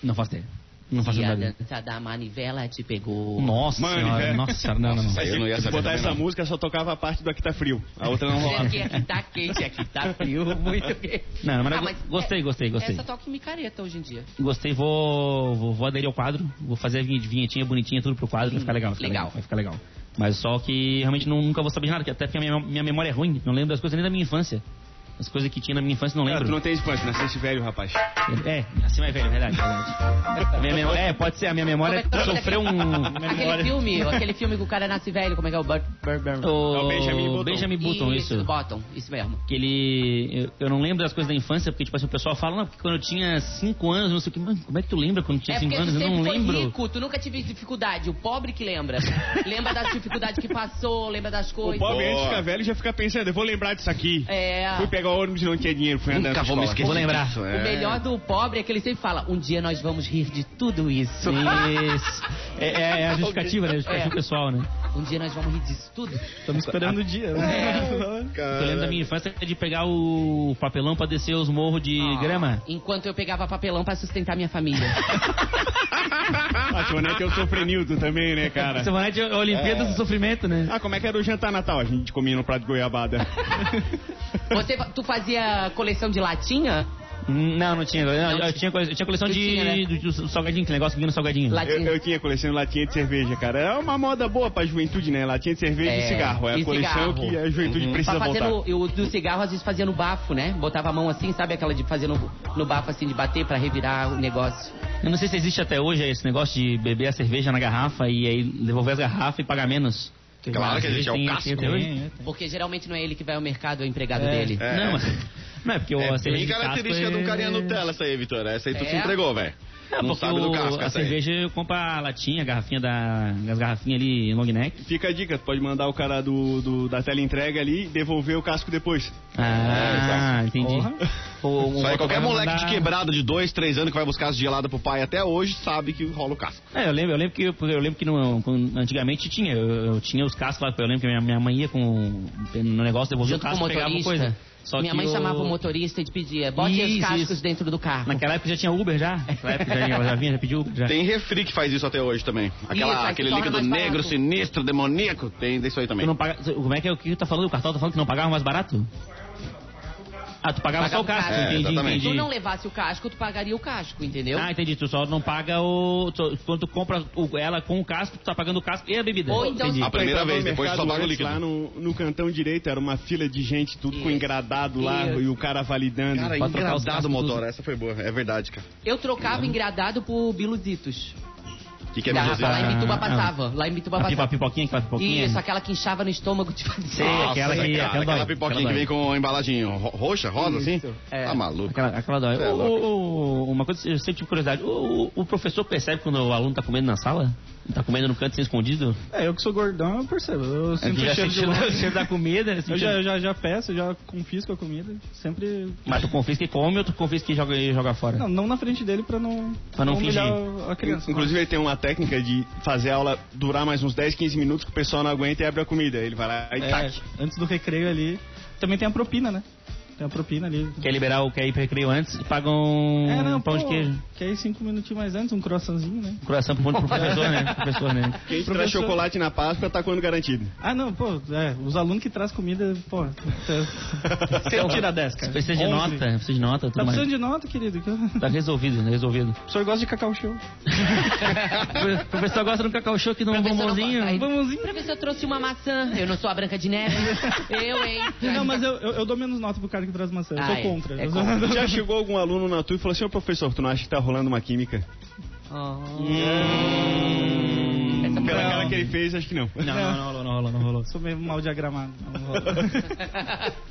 B: Não faço ideia. Não faço
C: E a
B: nada.
C: dança da manivela te pegou.
B: Nossa
A: Mano,
B: senhora,
A: velho.
B: nossa senhora, não, não, não.
G: Nossa, eu né? não ia
A: Se
G: saber
A: botar
G: também,
A: essa
G: não.
A: música, só tocava a parte do Aqui Tá Frio. A outra não rolava.
C: Aqui, aqui tá quente, aqui tá
B: <laughs>
C: frio, muito quente.
B: Não, mas,
C: Ah,
B: eu gostei,
C: é-
B: gostei, gostei.
C: Essa toca em micareta hoje em dia.
B: Gostei, vou, vou, vou aderir ao quadro, vou fazer a vinhe- vinhetinha bonitinha, tudo pro quadro, vai ficar legal. vai ficar
C: Legal.
B: Vai ficar legal. Mas só que realmente não- nunca vou saber de nada, que até porque a minha, minha memória é ruim, não lembro das coisas nem da minha infância. As coisas que tinha na minha infância não
A: Cara,
B: lembro.
A: tu não tem né? infância, nasceste velho, rapaz.
B: É, assim mais velho, é verdade. é verdade. A minha memó- é, pode ser, a minha memória
C: Como é que-
B: sofreu um. <laughs>
C: Aquele filme, aquele filme que o cara nasce velho, como é que é o Bur Bur Bur
B: O
A: Benjamin Button.
B: Benjamin Button, isso.
C: Bottom, isso mesmo.
B: Que ele. Eu, eu não lembro das coisas da infância, porque, tipo assim, o pessoal fala, não, porque quando eu tinha 5 anos, não sei o que. Mano, como é que tu lembra quando tinha
C: É
B: 5
C: porque
B: anos?
C: tu
B: Eu
C: sempre
B: não
C: foi
B: lembro.
C: rico, tu nunca tive dificuldade. O pobre
B: <laughs>
C: que lembra. lembra das dificuldades que passou, lembra das
A: O
C: coisas.
A: pobre antes de
G: Boa.
A: ficar velho já fica pensando, eu vou lembrar disso aqui.
C: É.
A: Fui pegar o ônibus e não tinha dinheiro, fui andando.
G: Nunca
A: pra
G: vou me
A: escola.
G: esquecer.
B: Vou lembrar.
G: disso,
C: O
G: é.
C: melhor do pobre é que ele sempre fala: um dia nós vamos rir de tudo isso.
B: <laughs> Isso. É, é- é a justificativa, né? A justificativa
C: É.
B: pessoal, né?
C: Um dia nós vamos rir disso tudo.
D: Estamos esperando o dia.
B: Eu lembro da minha infância de pegar o papelão pra descer os morros de
G: Ah.
B: grama.
C: Enquanto eu pegava papelão pra sustentar minha família.
B: <laughs>
A: Ah, Tionete, eu sofri Nilton também, né,
G: <laughs>
A: cara?
B: Semanete é Olimpíadas do Sofrimento, né?
A: Ah, como é que era o jantar natal? A gente comia no prato de goiabada.
C: Você, tu fazia coleção de latinha?
G: Hum,
B: Não, não tinha. Não, eu, tinha cole- eu tinha coleção
C: Tu
B: de,
C: tinha, né?
B: do, do salgadinho, aquele negócio que vinha no salgadinho.
C: Latinha.
A: Eu, eu tinha coleção de latinha de cerveja, cara. Era uma moda boa pra juventude, né? Latinha de cerveja
C: É,
A: e cigarro. É
C: e
A: a coleção
C: cigarro.
A: que a juventude
G: Uhum.
A: precisa
C: Pra fazer
A: voltar.
C: no, eu, do cigarro, às vezes fazia no bafo, né? Botava a mão assim, sabe aquela de fazer no, no bafo, assim, de bater pra revirar o negócio.
B: Eu não sei se existe até hoje esse negócio de beber a cerveja na garrafa e aí devolver as garrafas e pagar menos.
G: Claro que existe, é o
B: Tem- tem
G: casco.
B: até hoje?
C: Porque geralmente não é ele que vai ao mercado, é o empregado
B: É.
C: dele.
G: É.
B: Não, mas, não é porque o-
G: É
B: a
G: bem
B: cerveja de
G: característica
B: casco
G: de um carinha
B: é...
G: Nutella essa aí, Vitor. Essa aí tu se
C: É?
G: entregou, velho.
B: É,
G: Não
B: porque
G: sabe do
B: o-
G: casco
B: a
G: essa aí.
B: cerveja eu compro a latinha, a garrafinha da... as garrafinhas ali, long neck.
A: Fica a dica, tu pode mandar o cara do, do- da tela entrega ali e devolver o casco depois. É,
B: Ah, entendi. O, o
G: Só aí
B: outro
G: qualquer
B: vai
G: moleque de
B: mandar-
G: quebrado de dois, três anos que vai buscar as geladas pro pai até hoje sabe que rola o casco.
B: É, eu lembro, eu lembro que, eu, eu lembro que no- quando- antigamente tinha, eu, eu tinha os cascos lá, eu lembro que minha, minha mãe ia com, no negócio, devolvia o
C: Junto com o
B: casco e pegava uma
C: motorista.
B: coisa. Só
C: Minha
B: que
C: mãe
B: o-
C: chamava o motorista e te pedia, bote os
B: Isso,
C: cascos
B: isso.
C: dentro do carro.
B: Naquela época já tinha Uber já? Naquela época já, já vinha, já pediu Uber já.
G: Tem refri que faz isso até hoje também. Aquela-
C: Isso, aí
G: aquele
C: torna
G: líquido
C: mais barato.
G: negro, sinistro, demoníaco, tem disso aí também.
B: Tu não paga... Como é que é o que tu tá falando? O cartão tá falando que não pagava mais barato? Ah, tu pagava
C: Pagava
B: só o casco,
C: o casco.
G: É,
B: entendi,
G: exatamente.
B: entendi.
C: Se tu não levasse o casco, tu pagaria o casco, entendeu?
B: Ah, entendi. Tu só não paga o. tu- Quando tu compra o- ela com o casco, tu tá pagando o casco e a bebida.
C: Ou então-
B: entendi.
G: A primeira
A: Entrava
G: vez,
A: no
G: depois só
A: mercado
G: paga o
A: antes,
G: líquido.
A: Lá no, no cantão direito era uma fila de gente, tudo com
C: Isso.
A: engradado lá
C: Isso.
A: e o cara validando.
G: Cara,
B: Pra trocar os
G: engradado
B: cascos
G: motor,
B: tudo.
G: essa foi boa, é verdade, cara.
C: Eu trocava engradado por biluzitos.
G: O que, que é
C: Garrafa,
G: Bituzinho?
C: lá em Bituba
B: Ah,
C: passava. Lá em Bituba
B: A, pipa, a
C: passava.
B: pipoquinha que faz pipoquinha.
C: Isso, aquela que inchava no estômago <laughs> tipo assim. de
B: Sei,
G: Nossa,
B: aquela que-
G: cara,
B: aquela
G: aquela
B: dói,
G: pipoquinha
B: aquela
G: que
B: dói.
G: vem com a embalagem ro- roxa, rosa, assim?
C: É.
G: Tá maluco.
B: Aquela, aquela dói.
G: Cê é
B: Ô,
G: louco.
B: ô, ô, uma coisa, eu sempre tive curiosidade. O, o- o professor percebe quando o aluno tá comendo na sala? Tá comendo no canto sem escondido?
D: É, eu que sou gordão, eu percebo. Eu
B: Tu
D: sinto o
B: já
D: cheiro de
B: sentiu
D: longe.
B: o <laughs> cheiro da comida? né?
D: Eu já, já, já peço, já confisco a comida. Sempre.
B: Mas tu confisca que come ou tu confisca que joga, joga fora?
D: Não, não na frente dele pra não.
B: Pra não fingir.
D: humilhar a criança.
A: Inclusive, ele tem uma técnica de fazer a aula durar mais uns 10, 15 minutos que o pessoal não aguenta e abre a comida. Ele vai lá e
D: É,
A: tac.
D: antes do recreio ali. Também tem a propina, né? Tem a propina ali.
B: Quer liberar o quer ir pro recreio antes e paga um
D: é, não,
B: pão de
D: pô,
B: queijo.
D: Que aí cinco minutinhos mais antes, um croissantzinho, né?
B: Coração pro, pro professor,
D: <laughs>
B: né? Pro Professor, né?
A: Quem
D: Professor-
A: traz chocolate na Páscoa tá quando
D: <laughs>
A: garantido.
D: Ah, não, pô, é, os alunos que traz comida, pô. <laughs> tá Você não tira 10, cara.
B: Então, Precisa de
D: 11.
B: nota, precisa de nota,
D: Tá
B: tudo
D: precisando
B: mais.
D: de nota, querido. <laughs> que eu-
B: Tá resolvido, né? resolvido.
D: O senhor gosta de cacau show.
B: o professor gosta de um cacau show que dá um
C: Professor,
B: bombonzinho.
C: não- aí-
D: Vamoszinho.
C: Professor, eu trouxe uma maçã. Eu não sou a Branca
B: <laughs>
C: de Neve. Eu, hein?
D: Não, mas eu, eu, eu dou menos nota pro cara que traz maçã. Eu
C: Ah,
D: sou
C: é.
D: contra.
C: É
D: Eu sou-
C: contra.
A: Já chegou algum aluno na tua e falou assim, ô professor, tu não acha que tá rolando uma química?
D: Hum,
C: Essa
A: Pela
C: foi-
A: cara que ele fez, acho que não.
B: Não, não, não rolou, não rolou, não rolou.
D: <laughs> Sou meio mal diagramado. Não vou-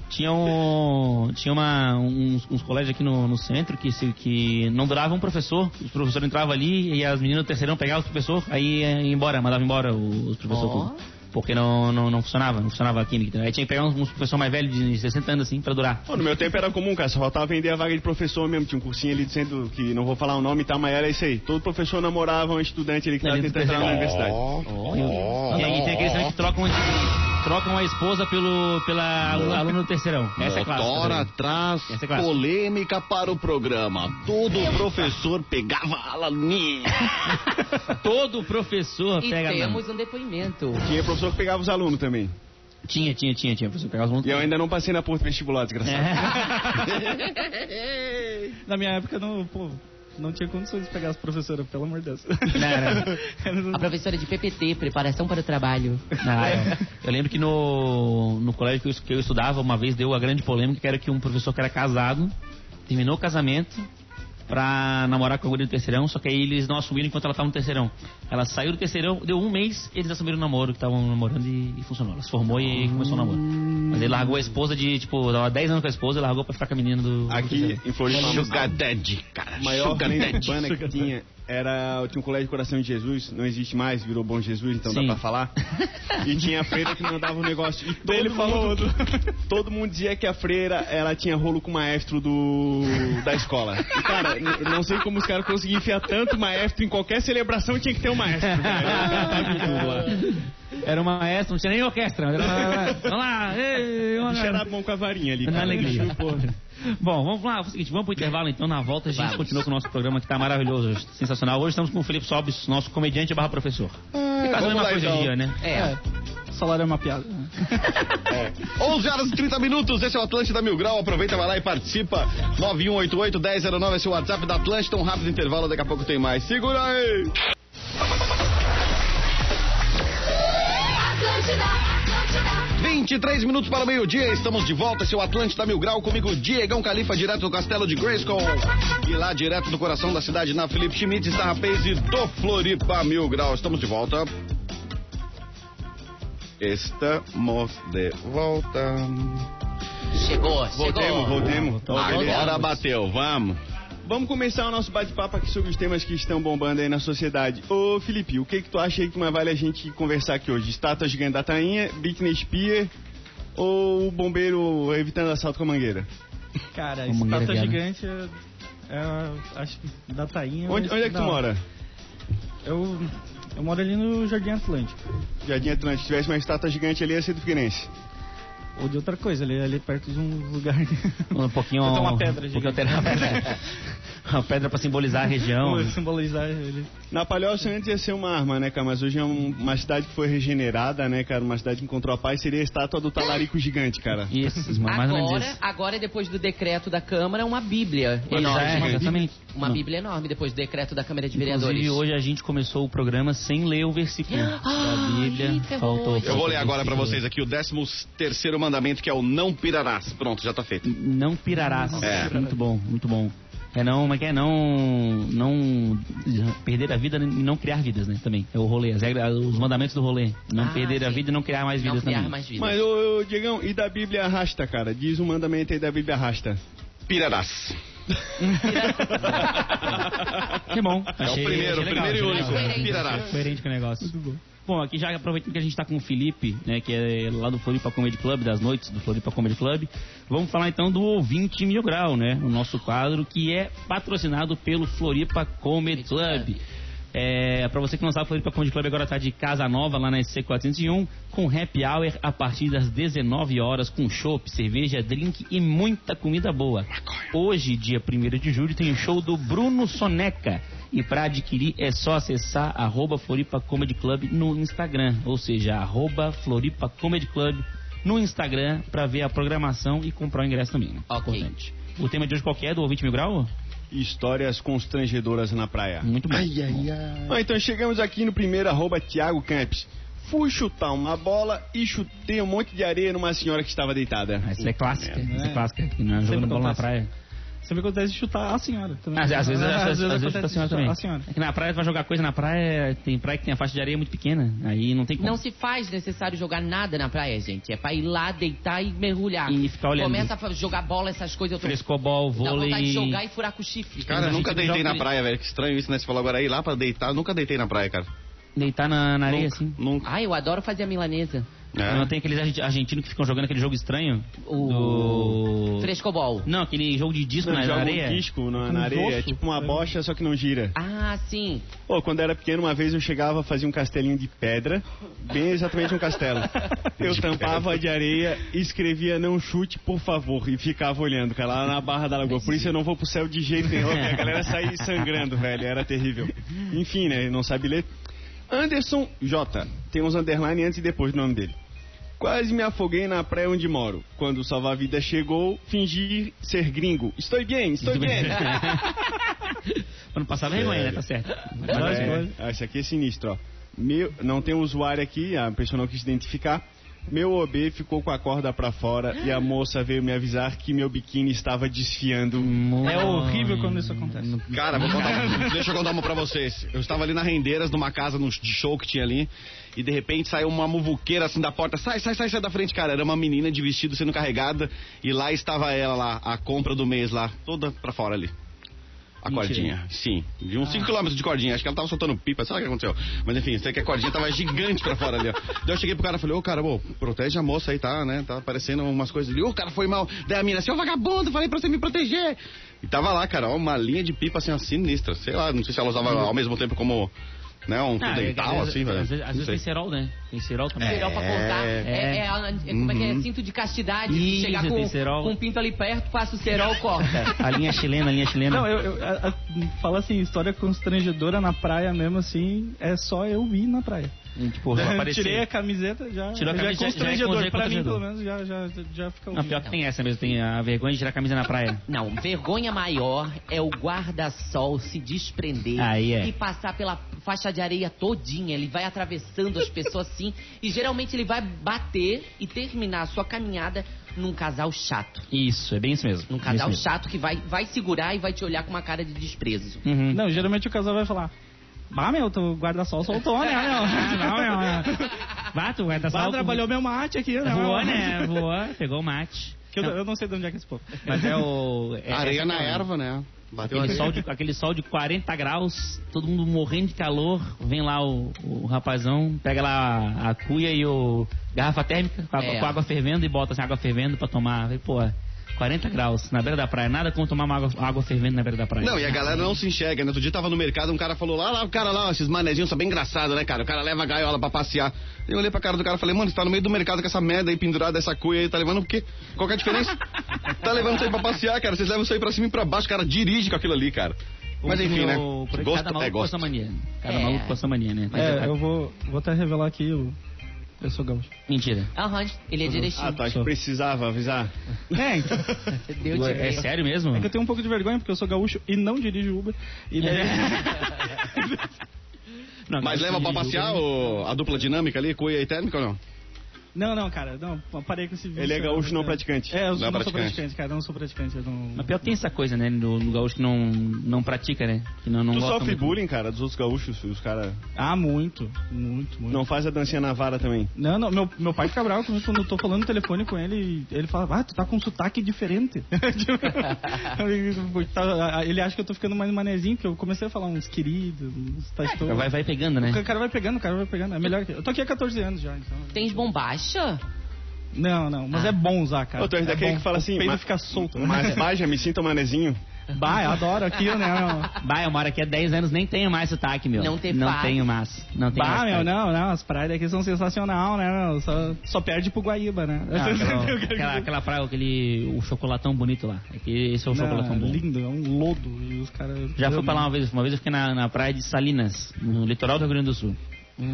B: Tinha um. Tinha uma, uns, uns colégios aqui no, no centro que, se, que não durava um professor. Os professores entravam ali e as meninas do terceirão pegavam os professor, aí eh, ia embora, mandavam embora os professores.
C: Ó.
B: tudo. Porque não, não, não funcionava, não funcionava a química. Aí tinha que pegar uns, uns professor mais velho de 60 anos assim pra durar.
A: Pô, no meu tempo era comum, cara, só faltava vender a vaga de professor mesmo. Tinha um cursinho ali dizendo que não vou falar o nome e tal, mas era isso aí. Todo professor namorava um estudante ali que tava
B: Ali do
A: tentando entrar na
B: terceiro.
A: universidade.
B: e aí tem aqueles também que trocam, de- trocam a esposa pelo, pela alu- aluna do terceirão. Essa é
G: Motora
B: clássica.
G: traz
B: Essa é clássica.
G: polêmica para o programa. Todo professor pegava a aluninha.
B: Todo professor
C: E
B: pega. mano.
C: temos
B: <laughs>
C: um depoimento.
A: Tinha professor que pegava os alunos também.
B: Tinha, tinha, tinha, tinha. Professor pegava os alunos.
A: E eu ainda não passei na porta vestibular, desgraçado.
B: É.
D: Na minha época, não, pô, não tinha condições de pegar as professoras, pelo amor de Deus. <laughs>
B: Não,
C: A professora de PPT, preparação para
B: <laughs>
C: o trabalho.
B: Ah, é. Eu lembro que no, no colégio que eu, que eu estudava, uma vez deu a grande polêmica que era que um professor que era casado terminou o casamento pra namorar com a guria do terceirão, só que aí eles não assumiram enquanto ela tava no terceirão. Ela saiu do terceirão, deu um mês, eles assumiram o namoro, que estavam namorando e, e funcionou. Ela se formou e começou o namoro. Mas ele largou a esposa de, tipo, tava 10 anos com a esposa, largou pra ficar com a menina do. do
A: Aqui
B: terceirão.
A: em Floripa,
G: Sugar daddy, cara.
A: a maior
G: Sugar
A: lenda
G: daddy.
A: urbana que tinha era tinha um colégio Coração de Jesus, não existe mais, virou Bom Jesus, então
B: Sim.
A: dá pra
G: <laughs>
A: falar. E tinha a freira que mandava o negócio. E todo
D: Ele falou
A: mundo, <laughs> todo mundo dizia que a freira ela tinha rolo com o maestro do da escola. E, cara, n- não sei como os caras conseguiam enfiar tanto maestro em qualquer celebração tinha que ter um maestro.
B: Era uma maestra, não tinha nem orquestra. mas Era <laughs> uma... Vamos lá, ei, vamos lá.
A: Era bom com a varinha ali.
B: Na
A: cara.
B: alegria. <laughs> Bom, vamos lá, é o seguinte, vamos pro intervalo então, na volta a gente continua com o nosso programa que tá maravilhoso, hoje, sensacional. Hoje estamos com o Felipe Sobis, nosso comediante barra professor. É, quase a
G: vamos
B: mesma
G: lá,
B: coisa hoje
G: então.
B: em dia, né?
C: É.
D: O salário é uma piada.
G: 11 horas e 30 minutos, esse é o Atlântida Mil Grau. Aproveita, Então vai lá e participa. 9188-1009, esse é o WhatsApp da Atlântida. Um rápido intervalo, daqui a pouco tem mais. Segura aí!
H: Atlântida, Atlântida.
G: 23 minutos para o meio-dia, estamos de volta. Seu Atlântida Mil Grau, comigo Diegão Califa, direto do Castelo de Grayskull. E lá, direto do coração da cidade, na Felipe Schmidt, está rapaz e do Floripa Mil Grau. Estamos de volta. Estamos de volta.
C: Chegou,
A: Voltemos,
C: chegou.
A: voltemos.
G: Agora bateu, vamos.
A: Vamos começar o nosso bate-papo aqui sobre os temas que estão bombando aí na sociedade. Ô Felipe, o que que tu acha aí que mais vale a gente conversar aqui hoje? Estátua gigante da Tainha, Britney Spears ou o bombeiro evitando assalto com a mangueira?
D: Cara,
B: Uma mulher
D: estátua
B: viada.
D: gigante é, é, Acho que da Tainha.
A: Onde,
D: mas
A: onde é que tu
D: não.
A: mora?
D: Eu, eu moro ali no Jardim Atlântico.
A: Jardim Atlântico, se tivesse uma estátua gigante ali, ia ser do Figueirense.
D: Ou de outra coisa, ali, ali perto de um lugar.
B: Um pouquinho.
D: Botar uma pedra,
B: um
D: gente.
B: pouquinho alterar uma
G: <laughs>
B: pedra. Uma pedra pra simbolizar a região.
D: Vou simbolizar ele.
A: Na Palhoça antes ia ser uma arma, né, cara? Mas hoje é um- uma cidade que foi regenerada, né, cara? Uma cidade que encontrou a paz, seria a estátua do talarico gigante, cara.
B: Isso, mais ou menos
C: Agora,
B: isso.
C: agora, depois do decreto da Câmara, uma Bíblia
B: Pois é,
C: enorme.
B: exatamente.
C: Uma
B: Não.
C: Bíblia enorme depois do decreto da Câmara de Vereadores. Ah,
B: Inclusive, hoje a gente começou o programa sem ler o versículo da Bíblia.
C: que terror.
B: Faltou,
C: Eu
G: Eu vou
B: faltou
G: ler agora pra
B: versículo.
G: vocês aqui o 13 terceiro mandamento, que é o não pirarás. Pronto, já tá feito.
B: Não pirarás.
G: É.
B: Muito bom, muito bom. É não, mas que é não, não perder a vida e não criar vidas, né? Também é o rolê, as regras, os mandamentos do rolê. Não
C: Ah,
B: perder a
C: sim.
B: vida e não criar mais
C: Não
B: vidas
C: criar
B: também.
C: mais vidas.
A: Mas, ô, ô Diegão, e da Bíblia arrasta, cara? Diz um mandamento aí da Bíblia arrasta.
G: Pirarás.
B: Que bom.
G: É o primeiro, o primeiro e único. Pirarás.
B: Coerente com o negócio. bom. aqui já aproveitando que a gente tá com o Felipe, né, que é lá do Floripa Comedy Club, das noites do Floripa Comedy Club, vamos falar então do Ouvinte Mil Grau, né, o nosso quadro que é patrocinado pelo Floripa Comedy Club. É, pra você que não sabe, Floripa Comedy Club agora tá de casa nova lá na SC401, com happy hour a partir das 19 horas, com chopp, cerveja, drink e muita comida boa. Hoje, dia 1 de julho, tem o show do Bruno Soneca. E pra adquirir é só acessar arroba Floripa Comedy Club no Instagram, ou seja, arroba Floripa Comedy Club no Instagram pra ver a programação e comprar o ingresso também. Né?
C: Ok.
B: Importante. O tema de hoje qual que é? Do ouvinte mil grau?
A: Histórias constrangedoras na praia.
B: Muito bom.
A: Ah, então chegamos aqui no primeiro arroba Thiago Camps. Fui chutar uma bola e chutei um monte de areia numa senhora que estava deitada.
B: Ah, Essa é clássica.
D: merda.
B: Essa é
D: É.
B: clássica. Não é jogando
D: Sempre
B: bola na
D: acontece.
B: praia.
D: Sempre acontece de chutar a senhora também.
B: Às, às vezes, às, às vezes,
D: acontece
B: tá
D: de
B: a senhora
D: chutar
B: também.
D: A senhora.
B: É que na praia tu vai jogar coisa na praia, tem praia que tem a faixa de areia muito pequena. Aí não tem como.
C: Não se faz necessário jogar nada na praia, gente. É pra ir lá, deitar e mergulhar.
B: E ficar olhando.
C: Começa a jogar bola, essas coisas. Eu tô
B: Frescobol,
C: Dá
B: vôlei.
C: vontade de jogar e furar com o chifre.
G: Cara, eu
B: gente
G: nunca
B: que
G: deitei
B: joga
G: na
B: ali.
G: praia, velho. Que estranho isso, né? Você falou agora aí lá pra deitar. eu Nunca deitei na praia, cara.
B: Deitar na, na areia,
G: nunca,
B: assim.
G: Nunca.
C: Ah, eu adoro fazer a milanesa.
G: É.
B: Não tem aqueles argenti- argentinos que ficam jogando aquele jogo estranho.
C: O-
B: Do...
C: Frescobol.
B: Não, aquele jogo de disco na
A: Não, joga
B: areia.
A: um disco na,
D: Com
A: na
D: um
A: areia, é
D: osso.
A: tipo uma bocha, só que não gira.
C: Ah, sim.
A: Pô, quando eu era pequeno, uma vez eu chegava, fazia um castelinho de pedra, bem exatamente um <laughs> castelo. Eu tampava de areia e escrevia não chute, por favor, e ficava olhando, cara, lá na barra da lagoa. Por isso eu não vou pro céu de jeito nenhum, porque a galera <laughs> saía sangrando, velho, era terrível. Enfim, né, não sabe ler. Anderson J, tem uns underline antes e depois do nome dele. Quase me afoguei na praia onde moro. Quando o salva-vida chegou, fingi ser gringo. Estou bem, estou
B: Muito
A: bem.
B: bem. Mas não passava vergonha, né? Tá certo.
A: Mas
B: Lógico,
A: é,
B: lógico.
A: ah, esse aqui é sinistro, ó. Meu, não tem usuário aqui, a pessoa não quis identificar. Meu OB ficou com a corda pra fora e a moça veio me avisar que meu biquíni estava desfiando.
D: É
B: um
D: horrível quando isso acontece.
G: Cara, vou contar, um deixa eu contar uma pra vocês. Eu estava ali na Rendeiras, numa casa no- de show que tinha ali, e de repente saiu uma muvuqueira assim da porta. Sai, sai, sai, sai da frente, cara. Era uma menina de vestido sendo carregada, e lá estava ela lá, a compra do mês lá, toda pra fora ali. A cordinha, sim. De uns 5 km de cordinha. Acho que ela tava soltando pipa, sei lá o que aconteceu. Mas enfim, sei que a cordinha tava gigante pra fora ali, ó. Daí eu cheguei pro cara e falei, ô cara, pô, protege a moça aí, tá, né? Tá aparecendo umas coisas ali. Ô, cara, foi mal. Daí a mina assim, ô vagabundo, falei pra você me proteger. E tava lá, cara, ó, uma linha de pipa assim, ó, sinistra. Sei lá, não sei se ela usava ao mesmo tempo como, né,
B: Ah,
G: um
B: é que às
G: dental,
B: vezes-
G: assim, velho.
B: Às vezes, às
G: Não
B: vezes tem
G: sei.
B: cerol, né? Tem cerol também.
C: Melhor pra cortar. É, é, a- é como é que é?
G: Uhum.
C: Cinto de castidade.
B: Isso,
C: Chegar
B: tem
C: com,
B: cerol.
C: com um pinto ali perto, passa
B: <laughs>
C: o cerol, corta.
B: A linha chilena, a linha chilena.
D: Não, eu, eu a- a- fala assim, história constrangedora na praia mesmo assim, é só eu ir na praia.
B: Tipo,
D: <laughs>
B: aparecer.
D: Tirei a camiseta, já,
B: Tirou a camiseta,
D: já,
B: já é
D: é constrangedor.
B: constrangedor.
D: pra mim, pelo menos, já, já, já fica
B: Não,
D: horrível.
B: pior que tem essa mesmo, tem a vergonha de tirar a camisa na praia.
C: Não, vergonha maior é o guarda-sol se desprender
B: Aí é.
C: e passar pela faixa de areia todinha. Ele vai atravessando as pessoas assim e geralmente ele vai bater e terminar a sua caminhada num casal chato.
B: Isso, é bem isso mesmo.
C: Num
B: é
C: casal
B: isso mesmo.
C: chato que vai, vai segurar e vai te olhar com uma cara de desprezo.
B: Uhum.
D: Não, geralmente o casal vai falar, bah, meu, tu guarda-sol soltou, né, <laughs>
B: <laughs>
D: meu?
B: Não, é não, não. Bato, vai dar
D: Bah,
B: salto.
D: trabalhou meu mate aqui, né?
B: Voou,
D: meu?" <laughs>
B: né? Voou, pegou o mate.
D: Que eu, eu não sei de onde é que é esse povo.
B: Mas é o... é-
G: Areia
B: é-
G: na erva, né? Bateu
B: Aquele
G: areia.
B: sol, de, aquele sol de 40 graus, todo mundo morrendo de calor. Vem lá o, o rapazão, pega lá a cuia e o garrafa térmica com, a-
C: É.
B: com água fervendo e bota assim, água fervendo pra tomar. Falei, Pô, 40 graus na beira da praia. Nada como tomar uma água, água fervendo na beira da praia.
G: Não, e a galera não se enxerga, né? Outro dia tava no mercado, um cara falou lá, lá, o cara lá, ó, esses manezinhos são bem engraçados, né, cara? O cara leva a gaiola pra passear. Ah, Eu olhei pra cara do cara e falei, mano, você tá no meio do mercado com essa merda aí pendurada, essa cuia aí, tá levando o quê? Qual que é a diferença? tá levando isso aí pra passear, cara. Vocês levam isso aí pra cima e pra baixo, o cara dirige com aquilo ali, cara. Mas enfim, né?
B: Por aí, cada
G: Gosto
B: tá maluco
G: é
B: com a sua
G: gosto.
B: mania. Cada
C: É.
B: maluco com a sua mania, né? Mas
D: É,
B: é-
D: eu vou, vou até revelar aqui, eu, eu sou gaúcho.
B: Mentira.
C: Aham, ele é
B: Uhum.
C: direitinho.
A: Ah, tá, acho que precisava avisar.
B: <laughs>
C: Deu de
B: É
C: ver.
B: sério mesmo?
D: É que eu tenho um pouco de vergonha, porque eu sou gaúcho e não dirijo Uber. E daí-
B: <laughs> Não,
G: Mas
B: cara,
G: leva
B: eu
G: pra
B: dirijo,
G: passear
B: eu-
G: o- a dupla dinâmica ali, cuia e térmica ou não?
D: Não, não, cara, não, parei com esse vídeo.
A: Ele é
D: cara.
A: gaúcho não praticante.
D: É, eu
G: Não
D: não,
G: é
D: sou
G: praticante.
D: praticante, cara, eu não sou praticante. Eu não...
B: Mas pior que tem essa coisa, né? No, no gaúcho que não, não pratica, né? Que não, não
A: Tu
B: gosta
A: sofre
B: muito.
A: bullying, cara, dos outros gaúchos, os caras...
D: Ah, muito, muito, muito.
A: Não faz a dancinha na vara também.
D: Não, não, meu, meu pai fica bravo comigo quando eu tô falando no telefone com ele e ele fala, ah, tu tá com um sotaque diferente. <laughs> Tipo, ele tá- ele acha que eu tô ficando mais manezinho, porque eu comecei a falar uns queridos, uns tá estouro.
B: É, Vai, vai pegando, né?
D: O cara vai pegando, o cara vai pegando. É melhor que... Eu tô aqui há 14 anos já, então.
C: Tens bombacha?
B: Ah.
D: Não, não, mas é bom usar, cara.
A: Ô, tu és
D: é
A: daquele
D: bom.
A: que fala assim,
D: O peido
A: mas-
D: fica solto. né?
A: Mas, mas já me sinto manezinho.
D: Bah, eu adoro aquilo, né? meu?
B: Bah, eu moro aqui há 10 anos, nem tenho mais sotaque, meu.
C: Não tem
B: Não
C: pá.
B: tenho mais. Não tenho
D: Bah,
B: mais
D: meu,
B: sotaque.
D: não, não, as praias daqui são sensacional, né, meu? Só, só perde pro Guaíba, né? <laughs>
B: Ah, aquela, aquela, aquela praia, aquele o chocolatão bonito lá. É que Esse é o
D: Não,
B: chocolatão bom.
D: lindo, é um lodo. E os caras.
B: Já fui pra lá uma vez, uma vez eu fiquei na, na praia de Salinas, no litoral do Rio Grande do Sul.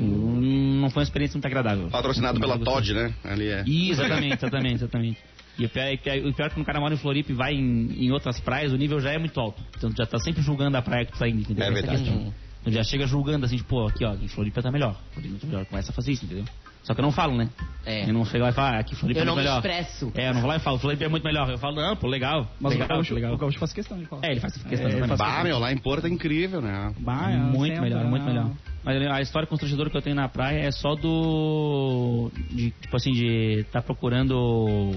B: Hum, Não foi uma experiência muito agradável.
G: Patrocinado pela Todd, né? Ali é.
B: Ih, Exatamente, exatamente, exatamente. E o pior, é que- o pior é que quando o cara mora em Floripa e vai em, em outras praias, o nível já é muito alto. Então tu já tá sempre julgando a praia que tu tá indo, entendeu?
G: É
B: Essa
G: verdade.
B: questão. Tu já chega julgando assim, tipo, pô, aqui ó, em Floripa tá melhor. Floripa tá melhor, começa a fazer isso, entendeu? Só que eu não falo, né?
C: É.
B: Eu não chego lá e falo, ah, aqui Floripa
C: Eu
B: é
C: não
B: muito
C: me
B: melhor.
C: expresso.
B: É, eu não vou lá e falo, Floripa é muito melhor. Eu falo, não, pô, legal.
D: Mas o
B: legal,
D: gaúcho,
B: legal.
D: o gaúcho faz questão de falar.
B: É, ele faz questão
D: É,
B: de
D: ele faz
G: Bah, meu, lá em Porto é incrível, né?
D: Bah, é
B: muito
D: senta,
B: melhor, muito
D: não.
B: melhor. Mas a história constrangedora que eu tenho na praia é só do. de, tipo assim, de estar procurando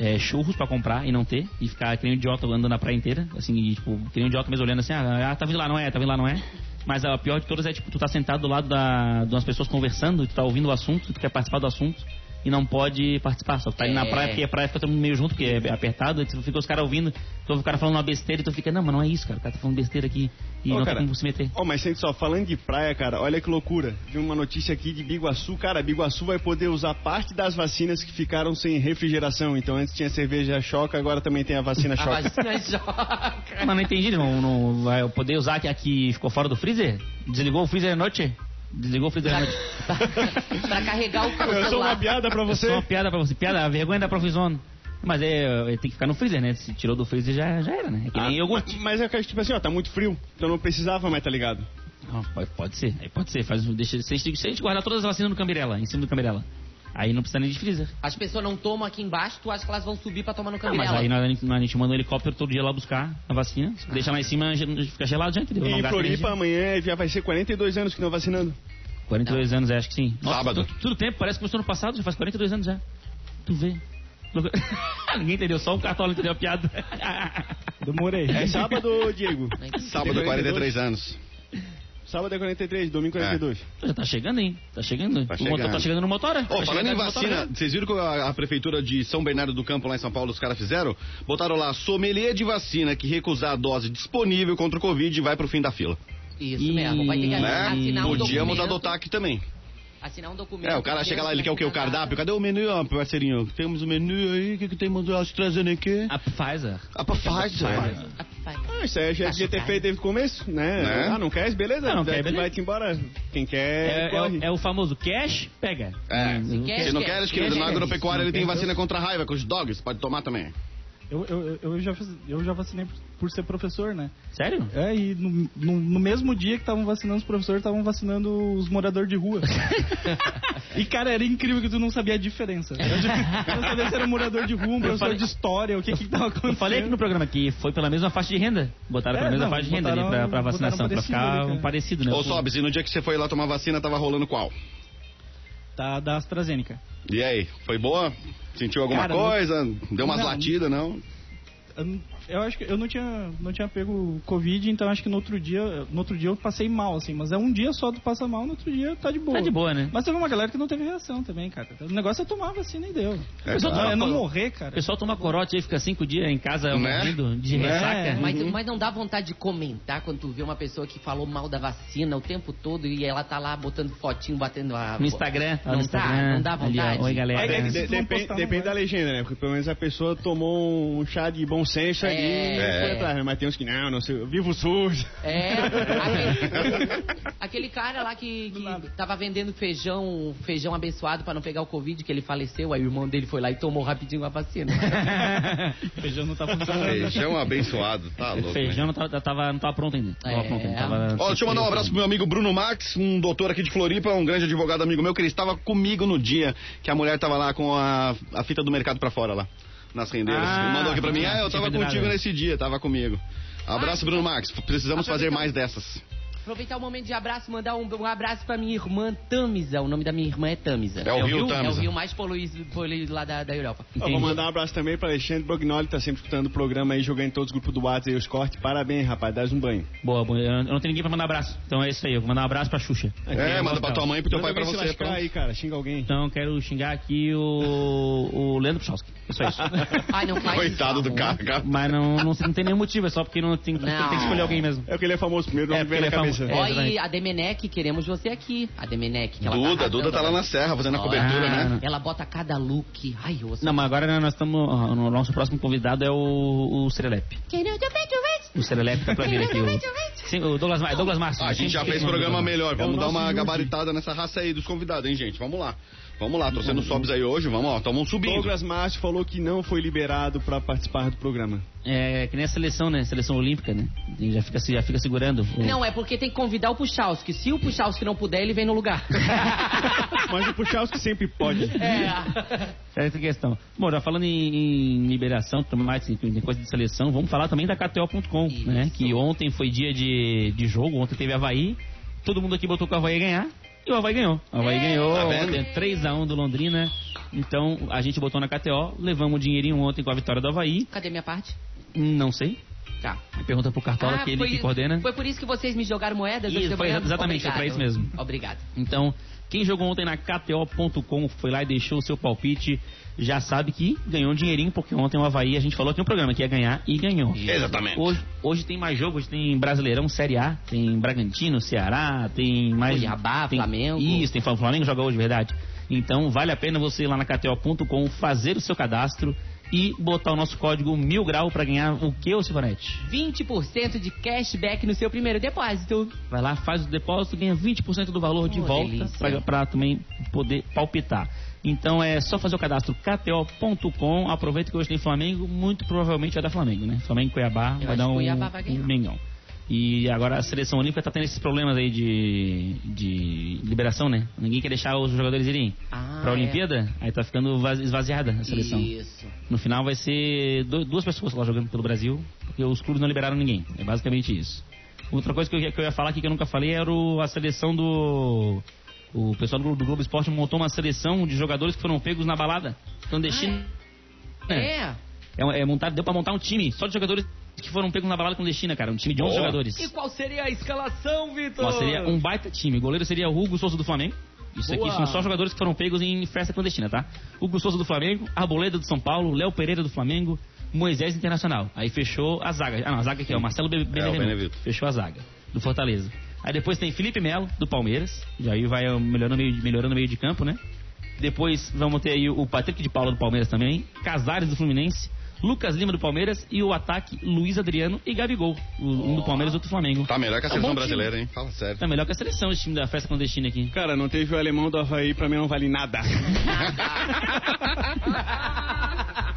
B: é, churros pra comprar e não ter, e ficar que nem um idiota andando na praia inteira, assim, e, tipo, que nem um idiota mesmo olhando assim, ah, ah, tá vindo lá, não é, tá vindo lá, não é. Mas a pior de todas é, tipo, tu tá sentado do lado da, de umas pessoas conversando, tu tá ouvindo o assunto, tu quer participar do assunto. E não pode participar, só tá indo na
C: É.
B: praia, porque a praia fica todo mundo meio junto, porque é apertado, e tu fica os caras ouvindo, tu ouve o cara falando uma besteira e tu fica, não, mas não é isso, cara, o cara tá falando besteira aqui e
A: Ô,
B: não
A: cara,
B: tem como se meter.
A: Ó, mas sente só, falando de praia, cara, olha que loucura. Vi uma notícia aqui de Biguaçu. Cara, Biguaçu vai poder usar parte das vacinas que ficaram sem refrigeração. Então antes tinha cerveja choca, agora também tem a
B: Ah, é
A: vacina
C: A
A: choca.
C: <laughs> vagina joga.
B: Mas não entendi, não, não vai poder usar que aqui ficou fora do freezer? Desligou o freezer à noite? Desligou o freezer à noite.
C: pra carregar
A: <laughs>
C: o
A: Eu sou uma
C: celular.
A: piada <laughs> pra
B: É só
A: você.
B: uma piada pra você, piada, a vergonha da profissão. Mas é, é, tem que ficar no freezer, né? Se tirou do freezer já, já era, né? É que nem iogurte.
A: Mas, mas é que, tipo assim, ó, tá muito frio. Então não precisava mais, tá ligado?
B: Não, pode, pode ser, aí pode ser. Faz, um- deixa, se, a gente, se a gente guardar todas as vacinas no Cambirela, em cima do Cambirela, aí não precisa nem de freezer.
C: As pessoas não tomam aqui embaixo, tu acha que elas vão subir pra tomar no
B: Ah, mas
C: caminhão.
B: aí nós- a gente, nós- a gente manda um helicóptero todo dia lá buscar a vacina, deixa lá em cima, já- fica gelado já, entendeu? Não
A: E em
B: gasta
A: Floripa
B: energia.
A: amanhã já vai ser 42 anos que não vacinando.
B: 42 anos, é, acho que sim.
G: Sábado.
B: tu- Tudo tempo, parece que começou no passado, já faz 42 anos já. Tu vê. <laughs> Loucura. Ninguém entendeu, só o cartola entendeu a piada.
D: Demorei.
A: É sábado, Diego.
B: é
G: Sábado, é 43 anos.
A: Sábado é 43, domingo 42.
B: <laughs> já tá chegando, hein? Tá chegando.
G: Tá
B: o motor
G: chegando.
B: tá chegando no motora.
G: Ô,
B: Tá
G: falando
B: chegando
G: em
B: no
G: vacina,
B: motora.
G: vocês viram que a, a prefeitura de São Bernardo do Campo, lá em São Paulo, os caras fizeram? Botaram lá, sommelier de vacina que recusar a dose disponível contra o Covid vai pro fim da fila.
C: Isso mesmo, vai ter que
B: Ih,
G: Né?
C: assinar um
G: Podíamos
C: documento.
G: adotar aqui também.
C: Assinar um documento.
G: É, o cara chega lá, ele quer o quê? O cardápio?
C: Nada.
G: Cadê o menu, ó, parceirinho? Temos o menu aí, o que, que temos a AstraZeneca?
B: A Pfizer.
G: A Pfizer.
C: Vai.
A: Ah, isso aí já devia ter feito desde o começo, né?
G: Né?
A: Ah, não quer? Beleza.
B: Ah, É, não
A: Daí
B: quer,
A: tu
B: beleza.
A: Vai-te embora. Quem quer,
B: É, é
A: corre.
B: o- é o famoso cash, pega.
G: É.
C: quer,
G: Se não
C: quer.
G: quer, querido,
C: Quer,
G: na
C: quer.
G: agropecuária ele
B: Não
G: tem
B: quer,
G: vacina contra a raiva, com os dogs, pode tomar também.
D: Eu, eu, eu, já, fiz- eu já vacinei por- por ser professor, né?
B: Sério?
D: É, e no, no, no mesmo dia que estavam vacinando os professores, estavam vacinando os moradores
B: <laughs>
D: de rua. e, cara, era incrível que tu não sabia a diferença. Eu não sabia se era um morador de rua, um professor
B: falei-
D: de história, o que que tava acontecendo.
B: Eu falei aqui no programa que foi pela mesma faixa de renda. Botaram
D: É,
B: pela mesma
D: não,
B: faixa de renda
D: botaram-
B: ali pra, pra
D: botaram
B: vacinação, pra
D: parecido
B: ficar
D: ali, cara.
B: parecido, né?
G: Ô, Sobs, e no dia que você foi lá tomar vacina, tava rolando qual?
D: Tá, da AstraZeneca.
G: E aí, foi boa? Sentiu alguma
D: Cara,
G: coisa? Deu umas
D: Não.
G: latidas, não?
D: Eu não- Eu acho que eu não tinha, não tinha pego Covid, então acho que no outro dia, no outro dia eu passei mal, assim. Mas é um dia só tu passa mal, no outro dia tá de boa.
B: Tá de boa, né?
D: Mas teve uma galera que não teve reação também, cara. O negócio é tomar a vacina e deu.
G: É,
B: Pessoal,
G: claro.
D: É não
B: pô.
D: morrer,
B: O
D: cara.
B: pessoal toma corote aí, fica cinco dias em casa
G: Né?
B: morrendo de
D: Né?
B: ressaca.
C: É, Mas, mas não dá vontade de comentar quando tu vê uma pessoa que falou mal da vacina o tempo todo e ela tá lá botando fotinho, batendo a.
B: No Instagram, tá
C: Não
B: no
C: dá,
B: Instagram.
C: não dá
B: Ali, ó.
C: vontade.
B: Oi, galera.
A: É, que de-
D: Se tu não
A: depen-
D: postar, não
A: depende
D: vai.
A: da legenda, né? Porque pelo menos a pessoa tomou um chá de bom senso ali
C: É.
A: e foi atrás, né? Mas tem uns que não, não sei, eu vivo o SUS.
C: É, aquele, aquele cara lá que, que tava vendendo feijão, feijão abençoado pra não pegar o Covid, que ele faleceu, aí o irmão dele foi lá e tomou rapidinho a vacina.
D: <laughs> Feijão não tá funcionando.
G: Feijão abençoado, tá louco. né?
B: é Feijão não tava, tava- não tava pronto ainda. Não tava
C: É.
B: pronto ainda. Tava
G: Ó, deixa eu mandar um abraço pro meu amigo Bruno Max, um doutor aqui de Floripa, um grande advogado amigo meu, que ele estava comigo no dia que a mulher estava lá com a, a fita do mercado pra fora lá, nas rendeiras.
B: Ah,
G: ele mandou aqui pra mim, ah, eu
B: tinha
G: tava
B: combinado.
G: então. contigo nesse dia, tava comigo. Abraço, Bruno Max. Precisamos fazer mais dessas.
C: Aproveitar o momento de abraço, mandar um, um abraço pra minha irmã Tamisa. O nome da minha irmã é Tamisa.
G: É o rio
C: É o
G: Tamisa.
C: rio mais poluído, poluído lá da, da Europa.
A: Eu vou mandar um abraço também para Alexandre Brognoli, que tá sempre escutando o programa aí, jogando em todos os grupos do WhatsApp aí os cortes. Parabéns, rapaz, dá um banho.
B: Boa, boa, eu não eu não tenho ninguém pra mandar abraço. Então é isso aí, eu vou mandar um abraço pra Xuxa.
G: É, manda pra tua mãe e pro teu pai pra você.
A: Pra...
G: pronto.
A: aí, cara, xinga alguém.
B: Então eu quero xingar aqui o, o Leandro Puchowski. É só
C: <laughs>
B: isso.
C: Ai, Ah, não faz
G: Coitado
C: isso,
G: do
C: não.
G: cara, cara.
B: Mas não, não, não tem nenhum motivo, é só porque não tem,
C: Não.
B: tem que escolher alguém mesmo.
A: É que ele é famoso primeiro, não
B: É,
A: me vem
B: porque
A: na
B: ele é famoso.
A: cabeça.
B: É.
C: Ó, e
B: exatamente.
C: a Demenec, queremos você aqui. A Demenec. que ela
G: Duda,
C: tá
G: Duda tá lá na serra fazendo a
C: Ó,
G: cobertura,
B: Ah,
G: né?
C: Ela bota cada look. Ai, eu
B: Não, mas agora né, nós estamos. O nosso próximo convidado é o, o Serelepe. O Serelepe tá pra vir aqui. O, sim, o Douglas, Ma- Douglas Márcio. né?
G: Ah, a gente já
B: Sempre
G: fez
B: tem nome
G: programa
B: do-
G: melhor. Vamos dar uma gabaritada nessa raça aí dos convidados, hein, gente? Vamos lá. Vamos lá, torcendo sobs aí hoje. Vamos, ó, um tamo subindo.
A: Douglas Márcio falou que não foi liberado para participar do programa.
B: É, que nem a seleção, né? Seleção olímpica, né? E já fica, se- já fica segurando. o-
C: Não, é porque tem que convidar o Puchalski. Se o Puchalski não puder, ele vem no lugar.
A: Mas o Puchalski sempre pode.
C: é.
B: <laughs> É Essa questão. Bom, já falando em, em liberação, tudo mais, enfim, tem coisa de seleção, vamos falar também da KTO.com,
C: Isso.
B: né? Que ontem foi dia de, de jogo, ontem teve Havaí, todo mundo aqui botou que o Havaí ia ganhar, e o Havaí ganhou.
C: É.
B: É O Havaí ganhou,
G: Tá vendo?
B: ontem, 3x1 do Londrina, então a gente botou na KTO, levamos o dinheirinho ontem com a vitória do Havaí,
C: <laughs> Cadê minha parte?
B: não sei,
C: Tá.
B: pergunta pro Cartola, que ele que coordena.
C: Ah, Foi por isso que vocês me jogaram moedas?
B: Isso,
C: antes do
B: foi
C: programa?
B: exatamente, foi pra isso mesmo.
C: Obrigado.
B: Então, quem jogou ontem na KTO.com, foi lá e deixou o seu palpite, já sabe que ganhou um dinheirinho, porque ontem o Havaí, a gente falou aqui no programa que ia ganhar e ganhou.
G: Exatamente.
B: Hoje, hoje tem mais jogos, tem Brasileirão Série A, tem Bragantino, Ceará, tem mais.
C: Cuiabá,
B: tem,
C: Flamengo.
B: Isso, tem Flamengo, Flamengo joga hoje, verdade. Então vale a pena você ir lá na KTO.com, fazer o seu cadastro e botar o nosso código mil grau pra ganhar o que, ô Silvanete?
C: 20% de cashback no seu primeiro depósito.
B: Vai lá, faz o depósito, ganha 20% do valor de
C: Oh,
B: volta
C: delícia.
B: pra- pra também poder palpitar. Então é só fazer o cadastro kto.com. Aproveita que hoje tem Flamengo, muito provavelmente vai dar Flamengo, né? Flamengo e Cuiabá
C: Eu
B: vai
C: acho
B: dar
C: que
B: um,
C: Cuiabá vai ganhar.
B: um mengão. E agora a seleção olímpica tá tendo esses problemas aí de, de liberação, né? Ninguém quer deixar os jogadores irem
C: Ah,
B: pra
C: é.
B: Olimpíada, aí tá ficando vaz- esvaziada a seleção.
C: Isso.
B: No final vai ser do- duas pessoas lá jogando pelo Brasil, porque os clubes não liberaram ninguém. É basicamente isso. Outra coisa que eu, ia- que eu ia falar aqui que eu nunca falei era o- a seleção do. O pessoal do, do Globo Esporte montou uma seleção de jogadores que foram pegos na balada clandestina. É,
C: É.
B: é, é montar, deu pra montar um time só de jogadores que foram pegos na balada clandestina, cara. Um time de 11
G: Boa.
B: jogadores.
C: E qual seria a escalação, Vitor?
B: Ó, seria um baita time. O goleiro seria o Hugo Souza do Flamengo. Isso aqui
C: Boa.
B: são só jogadores que foram pegos em festa clandestina, tá? Hugo Souza do Flamengo, Arboleda do São Paulo, Léo Pereira do Flamengo, Moisés Internacional. Aí fechou a zaga. Ah, não, a zaga aqui é o Marcelo Be- Benevenuto.
G: Benevenuto.
B: Fechou a zaga do Fortaleza. Aí depois tem Felipe Melo do Palmeiras. Já aí vai ó, melhorando o meio, melhorando o meio de campo, né? Depois vamos ter aí o Patrick de Paula do Palmeiras também, Casares do Fluminense, Lucas Lima do Palmeiras e o ataque Luiz Adriano e Gabigol, o- um do Palmeiras e outro do Flamengo.
G: Tá melhor que a
B: É um bom
G: seleção
B: time.
G: brasileira, hein? Fala sério.
B: Tá melhor que a seleção, esse time da festa clandestina aqui.
A: Cara, não teve o alemão do Havaí, pra mim não vale nada.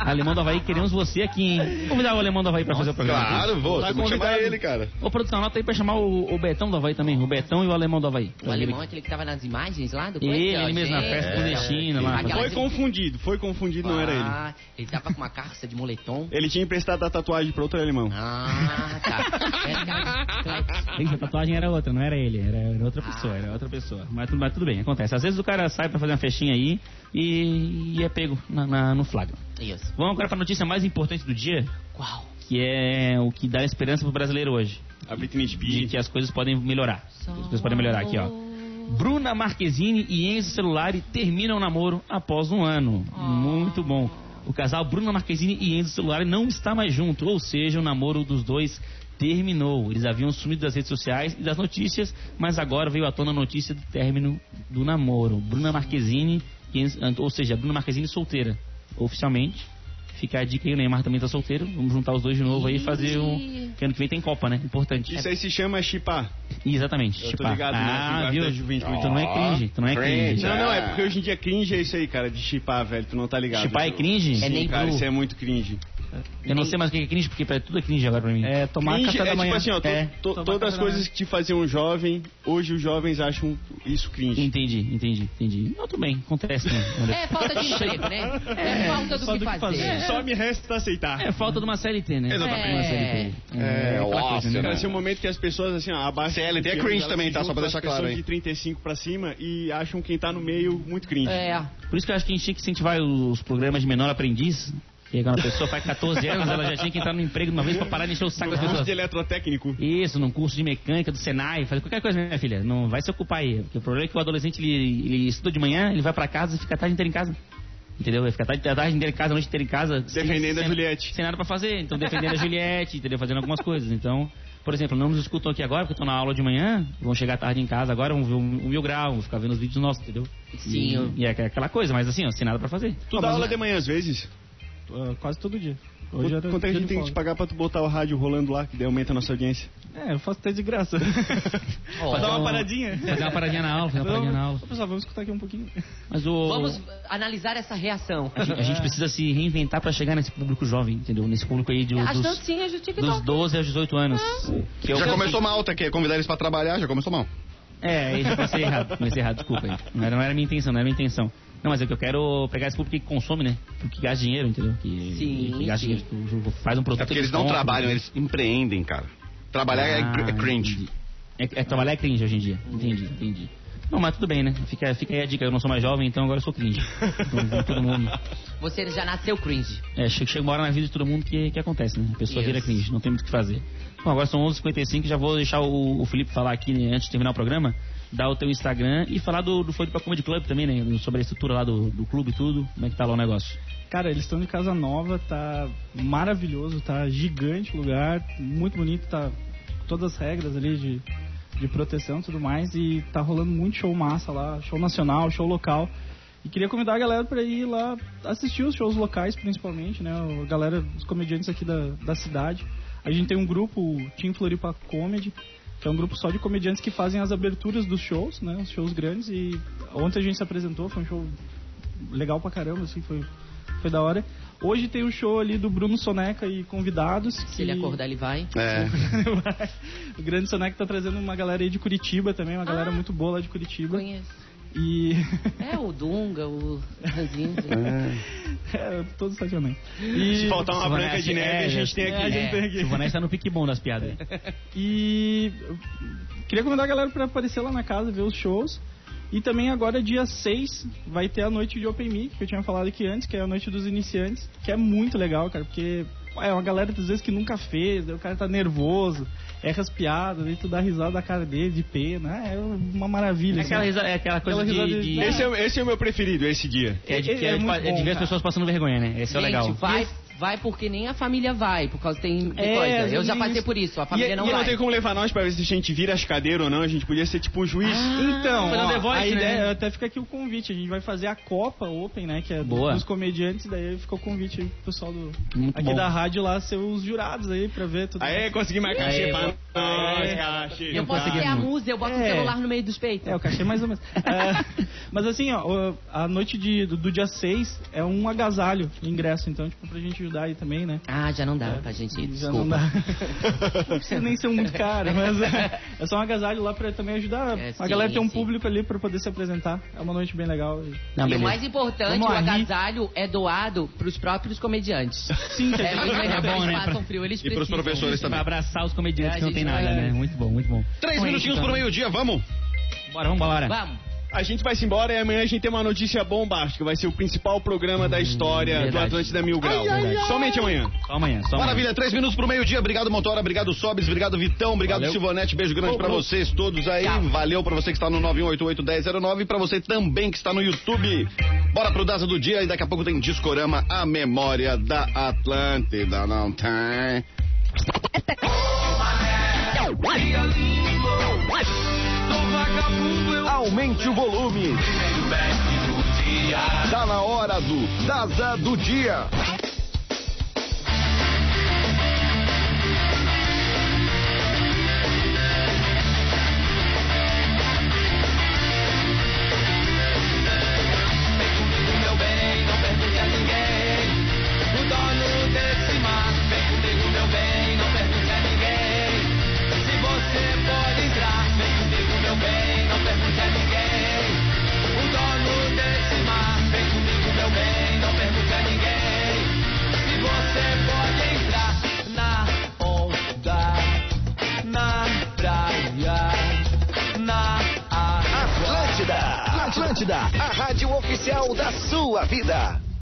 B: Alemão do Havaí, queremos você aqui, hein? Convidar o Alemão do Havaí pra fazer o programa. aqui.
G: Claro, vou.
A: Tá
G: Tem que chamar
A: convidado.
G: ele, cara.
B: Ô, produção, anota aí pra chamar o, o Betão do Havaí também. O Betão e o Alemão do Havaí.
C: O alemão é aquele que tava nas imagens lá do
B: Ele,
C: coisa, ó,
B: ele mesmo, na
C: gente.
B: festa clandestina lá.
C: Aquela
A: Foi
C: de-
A: confundido, foi confundido, não era ele.
C: Ah, ele tava com uma carça
B: <laughs>
C: de moletom.
A: Ele tinha emprestado a tatuagem pra outro alemão.
C: Ah, tá. É, cara,
B: Essa tatuagem era outra, não era ele, era, era outra pessoa, era outra pessoa. Mas, tudo- mas tudo bem, acontece. Às vezes o cara sai pra fazer uma festinha aí e, e é pego na- na- no flagra.
C: Isso.
B: Vamos agora pra notícia mais importante do dia,
C: Qual?
B: que é o que dá esperança pro brasileiro hoje.
A: A Britney
B: de
A: Spears.
B: que as coisas podem melhorar. As coisas podem melhorar aqui, ó. Bruna Marquezine e Enzo Celulari terminam o namoro após um ano. Muito bom. O casal Bruna Marquezine e Enzo Celulari não está mais junto, ou seja, o namoro dos dois terminou. Eles haviam sumido das redes sociais e das notícias, mas agora veio à tona a notícia do término do namoro. Bruna Marquezine, e Enzo- ah, ou seja, Bruna Marquezine solteira, oficialmente. Fica a dica aí, o Neymar também tá solteiro. Vamos juntar os dois de novo aí e fazer um. Que ano que vem tem Copa, né? Importante.
A: Isso aí se chama chipar.
B: Exatamente.
A: Eu tô
B: chipar.
A: ligado, né?
B: ah,
A: Linguagem da
B: viu?
A: juventude.
B: Tu não é cringe, tu não é cringe.
A: Não, não, é porque hoje em dia cringe é isso aí, cara, de chipar, velho. Tu não tá ligado.
B: Chipar é cringe?
A: Sim,
C: É nem
A: cara,
C: cru.
A: isso é muito cringe.
B: Eu não sei mais o que é cringe, porque pra- tudo é cringe agora pra mim.
D: É, tomar
A: Cringe
D: café
A: é
D: da manhã.
A: tipo assim, ó, to-
B: É.
A: to-
D: Tomar café
A: todas as
D: da
A: coisas
D: manhã.
A: que te faziam um jovem, hoje os jovens acham isso cringe.
B: Entendi, entendi, entendi. Não, tudo bem, acontece, né? André?
I: É falta de emprego,
C: <laughs>
I: né? É, falta do
D: só
I: que
D: do que
I: fazer.
D: fazer.
A: Só me resta aceitar.
B: É falta de uma CLT, né?
I: Exatamente.
B: Uma CLT.
G: É,
B: aquela
G: nossa,
B: coisa, né?
G: cara,
A: Vai ser um momento que as pessoas, assim, ó, abaixo...
G: CLT é
A: de-
G: cringe
A: elas se
G: também, tá? Só pra
A: juntam às
G: deixar claro
A: pessoas
G: aí.
A: de 35 pra cima e acham quem tá no meio muito cringe.
I: É.
B: Por isso que eu acho que a gente tinha que incentivar os programas de menor aprendiz. Que é quando a pessoa faz 14 anos, ela já tinha que entrar no emprego de uma vez pra parar de encher o saco das
A: Curso de
B: pessoas.
A: eletrotécnico.
B: Isso, num curso de mecânica do Senai, fazer qualquer coisa, minha filha. Não vai se ocupar aí. Porque o problema é que o adolescente, ele, ele estuda de manhã, ele vai pra casa e fica a tarde inteira em casa. Entendeu? Vai ficar a tarde, a tarde inteira em casa, a noite inteira em casa. sem-
A: Defendendo a
B: sem-
A: Juliette.
B: Sem nada pra fazer. Então, defendendo a Juliette, entendeu? Fazendo algumas coisas. Então, por exemplo, não nos escutam aqui agora, porque estão na aula de manhã, vão chegar tarde em casa agora, vão ver o, o Mil Grau, vão ficar vendo os vídeos nossos, entendeu?
C: Sim,
B: E,
C: eu-
D: Hum.
B: e é aquela coisa, mas assim, ó, sem nada pra fazer.
A: Tu dá aula de manhã às vezes?
D: Ah, quase todo dia. Hoje
A: Quanto
D: era
A: quanto é que a
D: dia
A: gente
D: de
A: tem que te
D: folga.
A: pagar pra tu botar o rádio rolando lá, que daí aumenta a nossa audiência?
D: É, eu faço até de graça.
C: Ó,
D: Dá uma paradinha.
B: um- Fazer uma paradinha na aula, fazer uma paradinha na aula.
D: Ô, Pessoal, vamos escutar aqui um pouquinho.
B: Mas o.
C: Vamos analisar essa
D: <laughs>
C: reação.
B: A gente, a gente precisa se reinventar pra chegar nesse público jovem, entendeu? Nesse público aí de,
I: As
B: dos,
I: dancinhas do
B: dos
I: TikTok. Ah.
B: 12 aos 18 anos. Que eu-
G: Já começou mal, tá aqui. Convidar eles pra trabalhar, já começou mal.
B: É, aí já comecei errado, comecei errado, desculpa. aí. Não era, não era minha intenção, não era minha intenção. Não, mas é que eu quero pegar esse público que consome, né? Que gasta dinheiro, entendeu? Que,
C: Sim,
B: que gasta
C: sim.
B: dinheiro, que faz um produto.
G: É porque eles não
B: compram.
G: trabalham, eles empreendem, cara. Trabalhar é
B: né? Ah,
G: gr- é cringe.
B: entendi. É, é trabalhar é cringe hoje em dia. Entendi, entendi. Não, mas tudo bem, né? Fica, fica aí a dica. Eu não sou mais jovem, então agora eu sou
G: <laughs>
B: cringe. Então, todo mundo.
C: Você já nasceu cringe.
B: É, chega, chega uma hora na vida de todo mundo que, que acontece, né? A pessoa
C: Isso.
B: vira cringe, não tem muito o que fazer. Bom, agora são 11h55, já vou deixar o, o Felipe falar aqui né, antes de terminar o programa, dar o teu Instagram e falar do, do Floripa Comedy Club também, né? Sobre a estrutura lá do, do clube e tudo, como é que tá lá o negócio.
D: Cara, eles estão de casa nova, tá maravilhoso, tá gigante o lugar, muito bonito, tá com todas as regras ali de, de proteção e tudo mais, e tá rolando muito show massa lá, show nacional, show local. E queria convidar a galera pra ir lá assistir os shows locais, principalmente, né? A galera, os comediantes aqui da, da cidade. A gente tem um grupo, o Team Floripa Comedy, que é um grupo só de comediantes que fazem as aberturas dos shows, né? Os shows grandes. E ontem a gente se apresentou, foi um show legal pra caramba, assim, foi, foi da hora. Hoje tem o show ali do Bruno Soneca e convidados.
C: Se ele acordar, ele vai.
G: É.
D: <laughs> o grande Soneca tá trazendo uma galera aí de Curitiba também, uma
C: Ah.
D: galera muito boa lá de Curitiba.
C: Conheço.
D: E. <laughs>
C: É, o Dunga, o Ranzinho.
D: é, todo estacionamento.
A: Se
D: E,
A: faltar uma
B: Silvanete,
A: branca de neve, a gente
B: é,
A: tem aqui.
D: a gente tem aqui.
B: Silvanete tá no pique bom das piadas.
D: E queria convidar a galera para aparecer lá na casa, ver os shows. E também agora, dia 6, vai ter a noite de Open Mic, que eu tinha falado aqui antes, que é a noite dos iniciantes, que é muito legal, cara, porque é uma galera, às vezes, que nunca fez, daí o cara tá nervoso, erra as piadas, aí tu dá risada da cara dele, de pena, é uma maravilha.
B: É
D: assim.
B: aquela, risa- é aquela coisa
D: Aquela
B: de...
D: risada
B: de-
D: de-
A: Esse é, o- esse é o meu preferido, esse dia.
B: que é de, que
D: é
B: é de-
D: muito
B: é de ver
D: bom,
B: as pessoas passando vergonha, né? Esse é o legal.
C: vai, vai porque nem a família vai, por causa que tem
D: É,
C: coisa. Eu já
D: exatamente
C: passei
D: isso. é-
C: por isso, a
A: E, é-
C: família
A: e
C: não
A: não
C: vai.
A: tem como levar nós pra ver se a gente vira as cadeiras ou não. A gente podia ser tipo um juiz.
C: Ah.
D: Então,
B: Fazer um
D: ó,
B: The Voice,
D: a
B: né?
D: ideia, até fica aqui o convite. A gente vai fazer a Copa Open, né? Que é do-
B: Boa.
D: dos comediantes. Daí fica o convite aí pro pessoal do,
B: Muito
D: aqui
B: bom.
D: da rádio lá ser os jurados aí pra ver tudo.
A: Aê, consegui mais cachê
B: Aê,
A: pra
B: vou-
A: nós,
B: aê.
A: cachê.
C: Eu posso
B: conseguimos.
C: ser a musa, eu boto o
D: É.
C: celular no meio dos peitos.
D: É, o cachê mais ou menos. É, mas assim, ó, o- a noite de- do, do dia 6 é um agasalho de ingresso, então, tipo, pra gente ajudar aí também, né?
C: Ah, já não dá pra gente ir,
D: Já não
C: desculpa.
D: dá. <laughs> Não precisa nem ser muito caro, mas é, é só um agasalho lá pra também ajudar
C: É,
D: a
C: sim,
D: galera ter um
C: sim.
D: público ali pra poder se apresentar. É uma noite bem legal.
B: Não,
C: e o
B: beleza.
C: mais importante,
D: Vamos
C: o
D: lá, ri.
C: agasalho é doado pros próprios comediantes.
D: Sim, que
B: <laughs>
C: É muito legal,
B: bom,
C: eles
B: né?
C: passam frio, eles
G: E pros
C: precisam.
G: professores
B: Pra
G: também.
B: abraçar os comediantes
C: É,
B: que não
C: a
B: tem
C: gente
B: nada,
C: vai-
B: né? Muito bom, muito bom.
G: Três
B: Então é isso,
G: minutinhos
B: então.
G: pro meio-dia, vamos?
B: Bora, vambora.
C: Vamos.
A: A gente vai se embora e amanhã a gente tem uma notícia bombástica. Vai ser o principal programa da história do
B: verdade.
A: Atlântida Mil Grau. Somente amanhã.
B: Só amanhã, só amanhã.
G: Maravilha, três minutos pro meio-dia. Obrigado, Motora. Obrigado, Sobres. Obrigado, Vitão. Obrigado,
B: Valeu.
G: Silvanete. Beijo grande pra vocês todos aí. Valeu pra você que está no 9188-1009 e pra você também que está no YouTube. Bora pro Daza do Dia e daqui a pouco tem Discorama, a memória da Atlântida. Não tem. Aumente o volume. Tá na hora do Daza do Dia.
H: Meu bem, não pergunte a ninguém. O dono desse
J: Atlântida, a rádio oficial da sua vida.